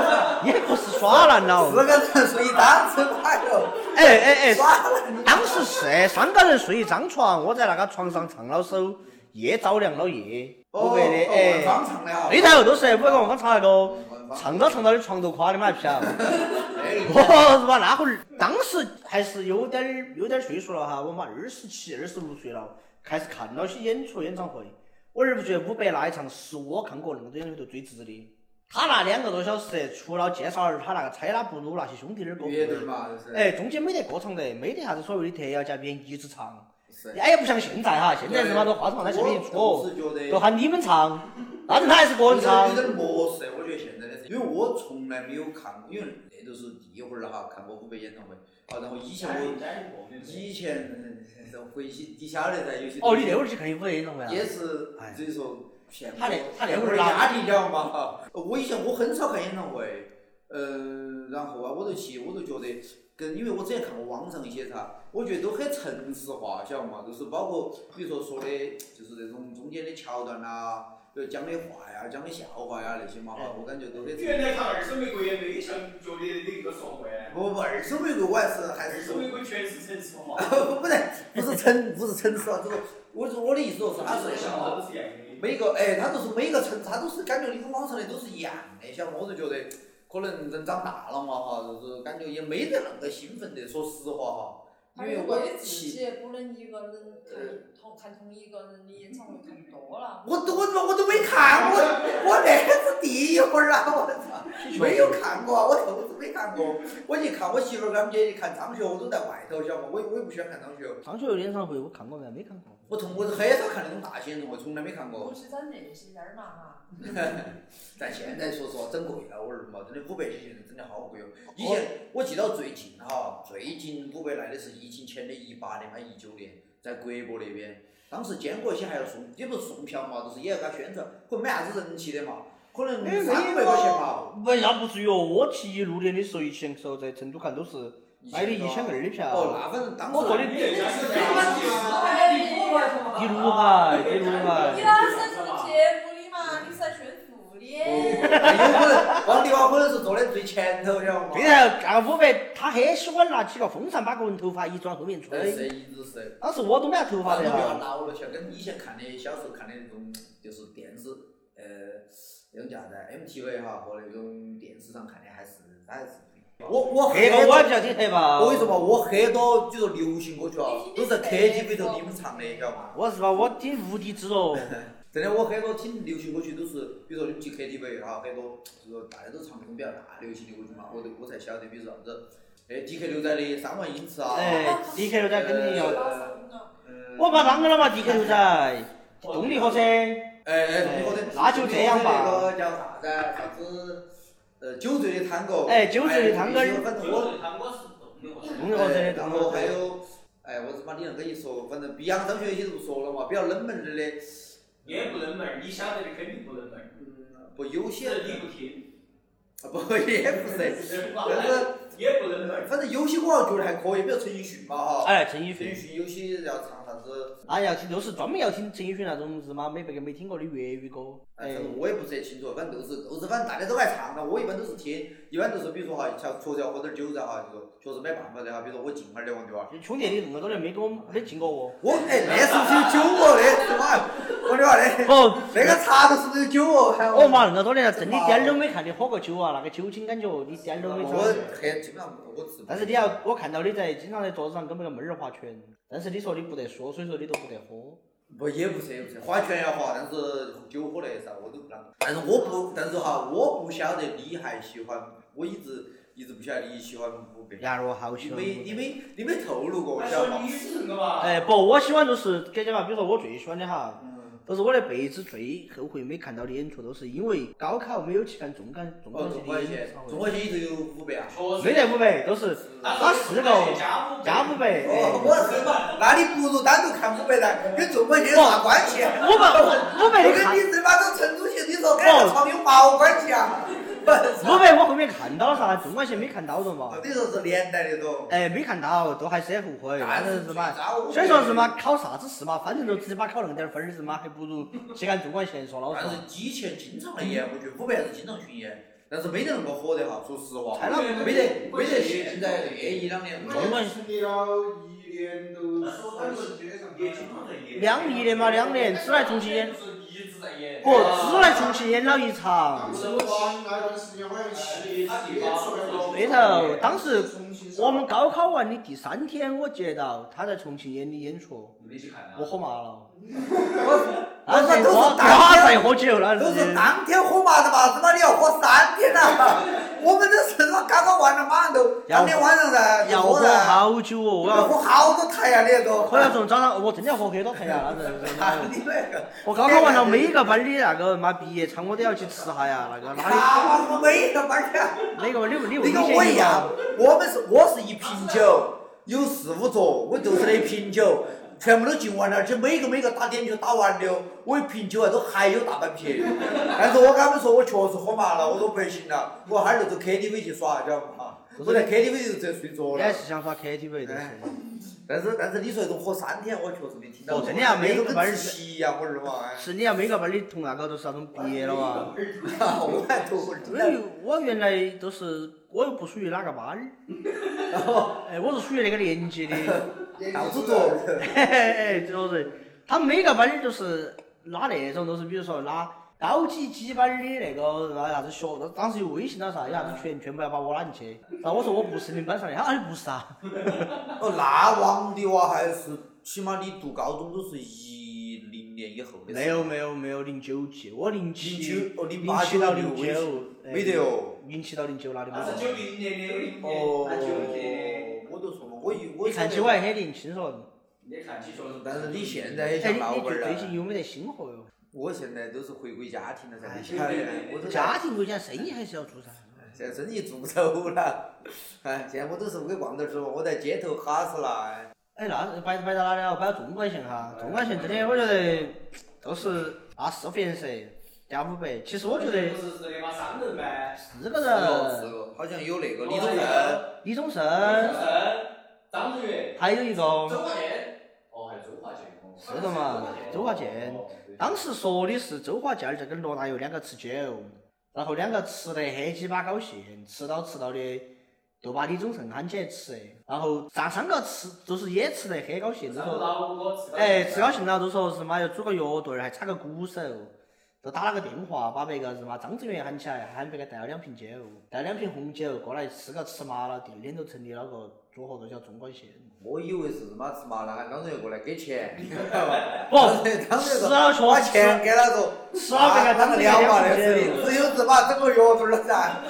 S2: 也不是耍烂
S10: 四
S2: 了，
S10: 个人睡一张子哎哟，
S2: 哎哎哎，
S10: 耍烂了。
S2: 当时是三个人睡一张床，我在那个床上唱了首《夜照亮了夜》，
S10: 哦，
S2: 五百的哎，
S10: 方唱的啊，
S2: 那台都是五百个王唱来的，唱到唱到的床头垮，你妈还 飘。
S10: 哎
S2: 我日妈哦那会儿，当时还是有点儿有点儿岁数了哈，我妈二十七、二十六岁了，开始看了些演出演唱会。我儿不觉得伍佰那一场是我看过那么多演唱会头最值的。他那两个多小时，除了介绍儿他那个猜拉布鲁那些兄弟的歌，
S10: 乐队嘛，就是，
S2: 哎，中间没得歌唱的，没得啥子所谓的特邀嘉宾一直唱。
S10: 是，
S2: 哎呀，不像现在哈，现在日妈都花筒在下面一
S10: 我
S2: 出，
S10: 是觉得
S2: 都喊你们唱，那阵他还是个人唱
S10: 有。点模式，我觉得现在的，因为我从来没有看过，因为那都是第一回了哈，看过伍佰演唱会。啊，然后以前
S4: 哎
S10: 我以前嗯回去，你晓得噻，有些
S2: 哦，你那会儿去看伍佰演唱会啊？
S10: 也是
S2: 哎
S10: 只是说羡慕
S2: 他那他那会儿
S10: 儿
S2: 拿
S10: 压力，晓得嘛？ 我以前我很少看演唱会，呃，然后啊，我就去，我就觉得跟因为我之前看过网上一些啥，我觉得都很城市化，晓得嘛？就是包括比如说说的，就是那种中间的桥段啦、比如讲的话呀、讲的笑话呀那些嘛，哈，我感觉都很。
S4: 原来看二手玫瑰也没像觉得你一个说过呀，
S10: 不不不，二手玫瑰我还是还
S4: 二
S10: 是
S4: 手玫瑰全是城市化，
S10: 不不是不是城不是城市啊，这个我是我的意思说是它是
S4: 想法都是一样的。
S10: 每个哎，他就是每个城，他都是感觉你跟网上的都是一样的，像我就觉得可能人长大了嘛哈，就是感觉也没得那个兴奋的，说实话哈，因
S3: 而
S10: 为
S3: 且
S10: 我
S3: 我也自己
S10: 去，
S3: 也不能一个人看同看同一个人的演唱会看多了。
S10: 我都我他妈我都没看，我我那是第一回儿啊，我操，没有看过，我头都没看过，我去看我媳妇儿跟他们姐去看张学友，我都在外头，晓得嘛，我也我也不喜欢看张学友，
S2: 张学友演唱会我看过没？没看过。
S10: 我从我很少看那种大型人，我从来没看过
S3: 东。西在那些那儿嘛哈，
S10: 但现在说实话，整贵了，我儿嘛，真的五百现在真的好贵哦。以前我记到最近哈，最近五百来的是疫情前的一八年还一九年，在国博那边，当时坚果些还要送，也不是送票嘛，就是也要给他宣传，可能没啥子人气的嘛，可能三五百块钱嘛，
S2: 不，那不至于哦。我去一六年的时候，疫情时候在成都看都是买的一千二的
S10: 哦，
S2: 票，
S10: 那反正当时
S2: 我坐的
S4: 你也讲是这
S2: 第六排，第六
S3: 你
S2: 排。
S3: 老是在做节目的嘛，你是在炫富的。
S10: 那有可能王迪娃可能是坐的最前头，晓得嘛
S2: 对？头，那个伍佰他很喜欢拿起个风扇把个人头发一转后面
S10: 哎，
S2: 吹。
S10: 是一直是。
S2: 当时我都没啥头发
S10: 反
S2: 的啊
S10: 正比
S2: 哈。
S10: 较老了些，跟以前看的小时候看的那种就是电视，呃，那种叫啥子 MTV 哈和那种电视上看的还是还是不一样。我我
S2: 黑
S10: 多
S2: 个哎我也比较听黑吧。
S10: 哎我跟你说嘛，我很多就是流行歌曲啊，都是 KTV 头你们唱的，晓得嘛？
S2: 我是吧？我听无敌之咯。
S10: 真的，我很多听流行歌曲都是，比如说你们去 KTV 哈，很多就是大家都唱那种比较大流行的歌曲嘛，我都我才晓得，比如说啥子，哎，DK 牛仔的《三万英尺》 啊，呃
S2: 哎，DK 牛仔肯定要。
S10: 嗯
S2: 我怕啷个了嘛？DK 牛仔，
S10: 呃
S2: 动力火车。
S10: 哎哎，你说的，
S2: 那就这样吧
S10: 那个叫啥子？啥子？呃，酒醉的探戈，
S2: 哎酒醉的探戈
S10: 哎反正我，
S4: 他我是动的
S2: 动的或者
S10: 哎
S2: 的
S10: 然
S2: 动
S10: 后
S2: 的
S10: 还有，哎，我他妈你能跟你说，反正碧阳当学也就不说了嘛，比较冷门点的，
S4: 也不冷门，你晓得的肯定不冷门，
S10: 嗯，不有
S4: 只
S10: 些
S4: 是
S10: 人
S4: 你不听，
S10: 啊不也不是，但是
S4: 也不冷门。
S10: 反正有些我还觉得还可以，比如陈奕迅嘛哈，
S2: 哎，陈奕
S10: 陈奕
S2: 迅，
S10: 迅有些要唱啥子，
S2: 啊，要听就是专门要听陈奕迅那种日妈没别个没听过的粤语歌，
S10: 哎，
S2: 哎
S10: 反，正我也不是很清楚，反正都是都是，反正大家都爱唱的，我一般都是听，一般都是比如说哈，像确实要喝点酒噻哈，就是确实没办法的哈，比如说我近哈儿的王对吧？
S2: 兄弟，你恁个多年没跟我没进过 我，
S10: 我哎，那是不是有酒哦？那我我的妈嘞，
S2: 不，
S10: 那个茶都是不是有酒哦？喊
S2: 哦我妈，恁个多年了，真的一点儿都没看你喝过酒啊，那个酒精感觉你一点儿都没
S10: 我
S2: 找。
S10: 还基本上我自。
S2: 但是你要，我看到你在经常在桌子上跟别个妹儿划拳，但是你说你不得说，所以说你都不得喝。
S10: 不也不是也不是，花拳要花，但是酒喝得噻，我都不啷个。但是我不，但是哈，我不晓得你还喜欢，我一直一直不晓得你喜欢五百。
S2: 然后我好
S10: 你
S2: 喜欢。
S10: 没你没你没透露过，
S4: 还说
S10: 晓得吗？
S4: 你是那个嘛？
S2: 哎，不，我喜欢就是给讲嘛，比如说我最喜欢的哈，
S10: 嗯。
S2: 都是我这辈子最后悔没看到的演出，都是因为高考没有去看中感中
S10: 哦，
S2: 感
S10: 中
S2: 系
S10: 国
S2: 的
S10: 线
S2: 演，
S10: 中啊
S2: 出。
S10: 国线一直有五百啊。
S2: 没
S4: 确实，
S2: 得五百，都是打四个
S4: 加
S2: 加五百。哎
S10: 哦，我是嘛，那你不如单独看五百噻，跟中国线有啥关系？啊
S2: 五百五
S10: 我
S2: 百
S10: 跟
S2: 的看，
S10: 你这把都成都去，你说跟那个床有毛关系啊？不是，
S2: 五百我后面看到了噻，中管线没看到了嘛。
S10: 你说是连带的都。
S2: 哎，没看到，都还是很后悔。但是是嘛，
S10: 所
S2: 所以说是嘛，考啥子是嘛，反正都只把考那么点儿分儿是嘛，还不如去看中管线说老实
S10: 但
S2: 话
S10: 是。以前经常的演，我觉得五百是经常巡演，但是没得那么火的哈。说实话，
S2: 太浪费了
S10: 没得没得现在这一两年。
S2: 中管
S1: 成立了一年都
S4: 说他们也经常在演。
S2: 两年的嘛，两年，只来重庆演，
S4: 就是一直在演。
S2: 不，只来重庆演了一场。
S1: 生活那段时间好像七七月出来了。
S2: 对头，当时
S1: 重庆
S2: 我们高考完的第三天，我接到他在重庆演的演出，
S4: 你去看啊
S2: 我。喝麻了。那是
S10: 我说哦都
S2: 我他
S10: 是当
S2: 在
S10: 天，
S2: 喝酒，那
S10: 都是
S2: 是。
S10: 当天喝麻的嘛，他妈你要喝三天呐！我们都是他妈刚刚完了，马上都当天晚上噻，
S2: 要喝
S10: 噻，
S2: 好久哦，我
S10: 要
S2: 要
S10: 喝好多台呀，你都。
S2: 我要从早上，我真的要喝很多台呀，啊那是。
S10: 你那个。
S2: 我高考完了，每一个班的那个妈毕业餐我都要去吃哈呀，那个哪里
S10: 啊，我没得班儿，
S2: 哪个你问你问
S10: 你跟我一样，我们是我是一瓶酒，有四五桌，我就是那一瓶酒，全部都敬完了，而且每个每个打点就打完了，我一瓶酒啊都还有大半瓶， 但是我跟他们说我确实喝麻了，我说不行了，我哈儿就走 KTV 去耍，晓得嘛？我在 KTV 就直接睡着
S2: 也
S10: 了，
S2: 是想耍 KTV 都是。
S10: 哎但是但是你说那种喝三天，我确实没听到
S2: 哦
S10: 过。
S2: 真的啊
S10: 那
S2: 每
S10: 种
S2: 个
S10: 跟
S2: 班儿
S10: 吃席一样，我 儿嘛，哎
S2: 是你要每个班的同那个都是那种毕业了啊
S10: 哎
S2: 哇。
S10: 我还头昏
S2: 因为哎我原来都是我又不属于哪个班儿，哎，我是属于那个年级的，
S10: 到处坐。
S2: 嘿嘿嘿，就是他们每个班儿就是拉那种，都是比如说拉高级几班儿的那个那啥子学，当时有微信了啥，有啥子群，全部要把我拉进去。然后我说我不是你们班上的，他说哎不是啊，
S10: 哦，那王的娃还是起码你读高中都是一零年以后的事。
S2: 没有没有没有零九届，我零七
S10: 09哦
S2: 零
S10: 08
S2: 七到零
S10: 微
S2: 九
S10: 信，没得哦。
S2: 零七到零九哪里没
S4: 他是
S2: 得
S4: 九？啊零年的，零
S10: 哦
S4: 他九零的。，
S10: 我都说了，我以我
S2: 哎你看起我还很年轻嗦，
S4: 你看起确实。
S10: 但是你现在也
S2: 哎，
S10: 像
S2: 你
S10: 老
S2: 你
S10: 板儿
S2: 最近
S10: 了。
S2: 有没得新货哟？
S10: 我现在都是回归家庭了噻，
S2: 哎
S10: 你晓得的，我都
S2: 家庭归家，生意还是要做噻。
S10: 现在生意做不走了。哎，现在我都是给逛点儿说，我在街头哈是啦。哎
S2: 哎，那摆摆到哪里啊？摆到中管线哈，中管线真的，我觉得都是啊，四个颜色加五百。其实我觉得
S4: 不是是那个商人呗，
S2: 四个
S10: 是
S2: 人，
S10: 个，好像有
S4: 哦
S10: 那个李宗盛，
S4: 啊
S2: 李宗
S4: 周
S2: 盛，
S4: 张志远，
S2: 还有一
S4: 周
S2: 个
S4: 华健，哦，还有周华健哦，
S2: 是的嘛周华健
S4: 哦，
S2: 当时说的是周华健儿在跟罗大佑两个吃酒，然后两个吃得很鸡巴高兴，吃到吃到的就把李宗盛喊起来吃，然后咱三个吃就是也吃得很高兴，就
S4: 然后
S2: 说
S4: 老五哥吃
S2: 哎，吃高兴了，都说是嘛要组个乐队，还插个鼓手，都打了个电话，把别个是嘛张志源喊起来，喊别个带了两瓶酒，带两瓶红酒过来吃个吃麻了，第二天就成立了个组合，就叫中管线。
S10: 我以为是他妈吃麻了，喊刚才又过来给钱。
S2: 不
S10: 当时 当时
S2: 吃
S10: 说
S2: 了确
S10: 把
S2: 实
S10: 钱给他说，
S2: 吃了别个
S10: 他
S2: 张
S10: 们
S2: 志
S10: 聊
S2: 源
S10: 嘛
S2: 两瓶
S10: 那是
S2: 酒
S10: 的，。只有是把整个乐队儿 噻，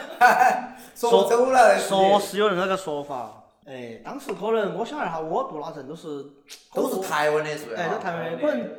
S10: 说走了那是
S2: 说
S10: 的，
S2: 是有那个说法，哎，当时可能我想一下，我读哪阵都是
S10: 都是台湾的是吧？啊
S2: 哎，都台湾的，可能
S4: 台湾的，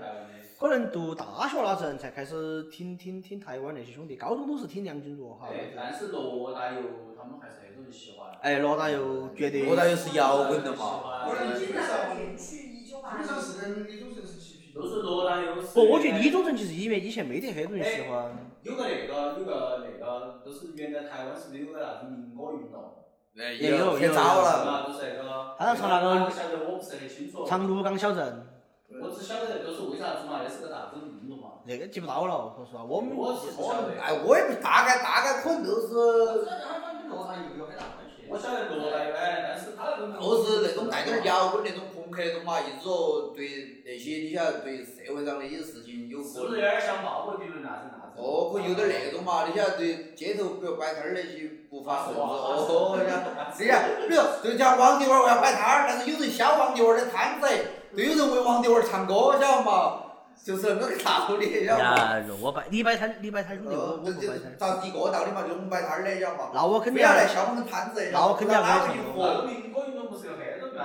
S2: 可能读大学那阵才开始听听听台湾那些兄弟，高中都是听梁静茹哈。
S4: 哎，但是罗大佑他们还是那种喜欢。
S2: 哎，罗大佑绝对。
S10: 罗大佑是摇滚的嘛？
S4: 我
S3: 我
S4: 基
S3: 经
S4: 本上
S3: 常连续一九
S1: 基
S3: 八
S1: 本上
S3: 零。
S1: 是跟李宗盛是齐平。
S4: 都是罗大佑。
S2: 不，我觉得李宗盛其实以前以前没得很多人喜
S10: 哎
S2: 欢。
S4: 有个那个有个那个，都是原来台湾是不是有个啥子民歌运动？
S10: 哎
S2: 也有
S10: 太早
S4: 是
S10: 了。
S4: 吧？都是那个。
S2: 他要唱那个
S4: 晓得我不是很清楚。
S2: 长鹿港小镇，
S4: 我只晓得就是为啥子嘛，那是个啥子运动嘛。
S2: 那个记不到了，说实话，我们
S4: 我是晓得。
S10: 哎，我也不大概大概可能就是
S4: 我晓得罗大佑，哎，但是他那种
S10: 就是那种带点儿摇滚那种朋克那种嘛，一直说对那些你晓得对社会上的一些事情有
S4: 是不是有点像鲍勃迪伦那种那种？
S10: 哦，可有点那种嘛，你晓得对街头比如摆摊儿那些不法分子，哦，人家这样，比如就像王迪娃儿要摆摊儿，但是有人削王迪娃儿的摊子，就有人为王迪娃儿唱歌，晓得嘛？就是那么个道理，晓得嘛？
S2: 哎呀，我摆你摆摊，你摆摊兄弟，我
S10: 哦
S2: 啊我，
S10: 这
S2: 不摆
S10: 这
S2: 摊。
S10: 咋是一个道理嘛？就是我们摆摊儿的，晓得嘛？
S2: 那我肯
S10: 不
S2: 定
S10: 要来削我们的摊子，
S2: 那我肯定要
S10: 哪个
S2: 来
S10: 去
S2: 抢
S10: 活？
S4: 那民歌运动不是有那种吗？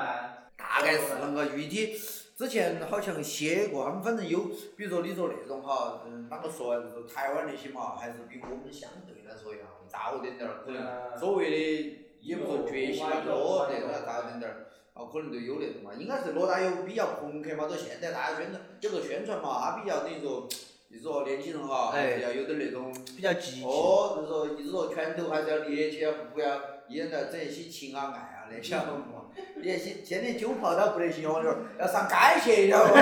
S10: 大概是啷个具体？之前好像写过，他们反正有，比如说你说那种哈，嗯，啷个说啊？就是台湾那些嘛，还是比我们相对来说要早点点儿，可能所谓的也不说觉醒吧，多那种要早点点儿，啊，可能就有那种嘛，应该是罗大佑比较朋克嘛，到现在大家宣传有个宣传嘛，他比较等于说，就是说年轻人哈，还是要有点那种。
S2: 比较积极。
S10: 哦，就是说，一直说拳头还是要捏起，不要一人在整一些情啊爱啊那些嘛。 你那些现在酒泡到不得行，我跟你说，要上街 去，晓得不？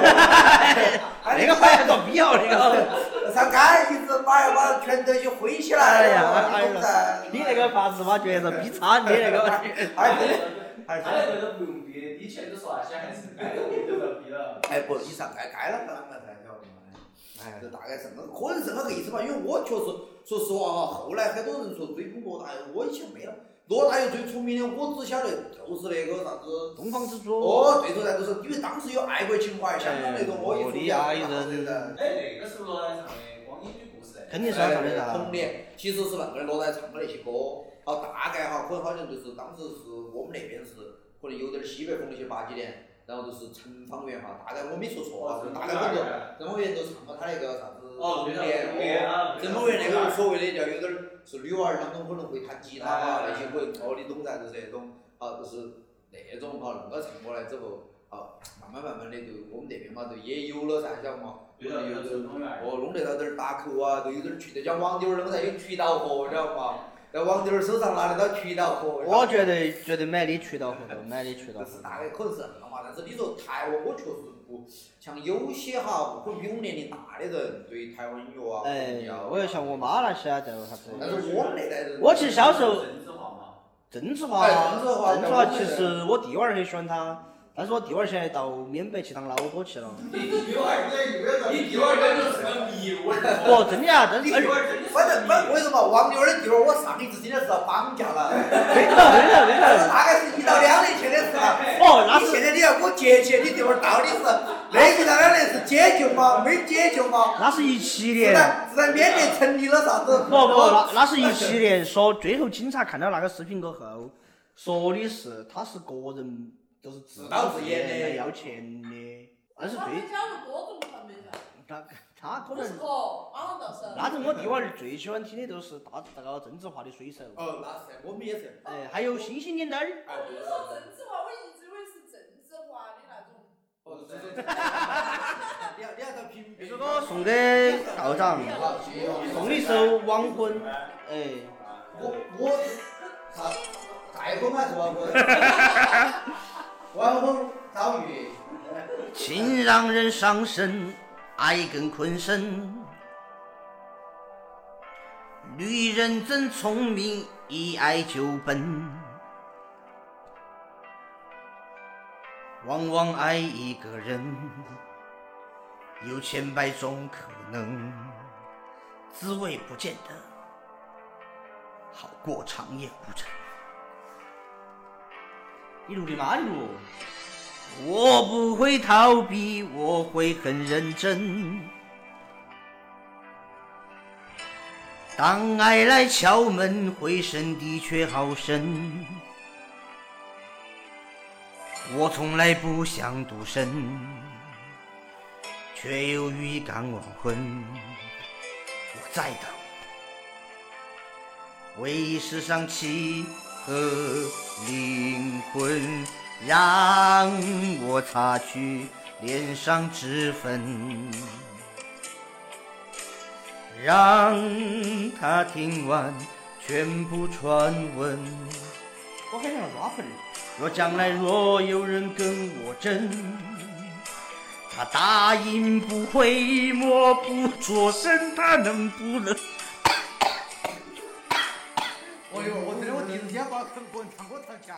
S10: 哎
S2: 那个好像个必要那个，
S10: 要上街一直把把拳头一挥起来，
S2: 哎呀
S10: 哎呀，
S2: 你那个八字马绝是比差你那个。
S10: 还是还
S4: 他
S10: 是
S4: 那个都不用逼，以前都说那些还是该逼都要逼了。
S10: 哎不，你上街街啷个啷个才晓得嘛？ 哎，这大概是那个，可能是那个意思吧。因为我确实，说实话哈，后来很多人说追捧罗大佑，我以前没有。罗大佑最出名的，我只晓得就是那个啥子。
S2: 东方之珠。
S10: 哦，对头噻，就是因为当时有爱国情怀，香港那种我一
S2: 哎
S10: 出
S2: 我的爱人
S4: 哎，那个是罗大佑唱的《光阴的故事》。
S2: 肯定是要唱的
S10: 童
S2: 噻。
S10: 年哎其实是那个罗大佑唱的那些歌，好大概哈，可能好像就是当时是我们那边是可能有点儿西北风那些八几年，然后就是陈方圆哈，大概我没说错啊，大概我就陈方圆就唱过他那个啥子
S4: 哦，对
S10: 年，
S4: 对对啊！
S10: 陈方圆那个无所谓的叫有点儿是女娃儿当中可能会弹吉他啊那些会哦，你懂噻，就是那种啊，就是那种哈，那个唱过来之后，啊，慢慢慢慢的就我们那边嘛就也有了噻，晓得嘛？
S4: 对
S10: 可
S4: 头，
S10: 能
S4: 有
S10: 有
S4: 陈
S10: 点
S4: 东元。
S10: 哦，弄得到点儿打口啊，都有点儿渠道，像王丢儿那个噻，有渠道货，晓得嘛？在王丢儿手上拿得到渠道货，
S2: 我觉得绝对买的渠道活动，买的渠道活
S10: 这是
S2: 动。
S10: 大概可能是那个嘛，但是你说台湾，我确实不像有些哈，可能比我年龄大的人对台湾音乐啊，
S2: 哎
S10: 要，
S2: 我要像我妈那些啊，在啥子？
S10: 但是我们那代人，
S2: 我其实小时候
S4: 政治化嘛。
S2: 郑智化，
S10: 哎郑智化
S2: 郑智化
S10: 郑智化
S2: 其实我弟娃儿很喜欢他，但是我弟娃儿现在到缅北去当老哥去了。
S1: 另外一个一个
S4: 你第二个就是个迷我儿。
S2: 哦，真的啊，真的，
S4: 第
S2: 而且
S4: 二真的
S10: 反正反正为什么王丢儿的地方，我上一次今天是要绑架了，
S2: 真的真的真的。
S10: 大概是一到两年前的事啊。
S2: 哦，那
S10: 你
S2: 是
S10: 现在你要我解决你地方到底是那一到两年是解救吗？没解救吗？
S2: 那是一七
S10: 是
S2: 年。
S10: 在是在缅甸成立了啥子？
S2: 不不，哦那那是一七年，说最后警察看到那个视频过后，说的是他是个人，就是自
S10: 导自演的啊
S2: 来要钱的，但是
S3: 他
S2: 最
S3: 们讲了多种他们讲，
S2: 他他可
S3: 不是
S2: 能，
S3: 哦，啊倒是。
S2: 那阵我弟娃儿最喜欢听的都是大那个郑智化的《水手》，
S10: 哦，那是我们也是。
S2: 哎，还有《星星的灯儿》，
S10: 哎
S3: 我就说郑智化，我一直以为是郑智化的那种。
S10: 哦，是是。你要你要到平
S2: 这
S10: 民
S2: 首歌送给道长，
S10: 好，谢谢哦
S2: 送你一首《亡魂》，哎，
S10: 我我啥再婚还是晚婚？晚婚遭遇。
S2: 情让人伤身，爱更困身。女人真聪明，一爱就笨。往往爱一个人，有千百种可能，滋味不见得好过长夜无人。你录的嘛？你录。我不会逃避，我会很认真。当爱来敲门，回声的确好深。我从来不想独身，却又预感晚婚。我在等，为世上妻和灵魂，让我擦去脸上脂粉，让他听完全部传闻。
S11: 我还想抓粉。
S2: 若将来若有人跟我争，他答应不会，默不作声，他能不能？
S10: 哎呦，我觉得我第一次见把跟滚唱歌唱腔。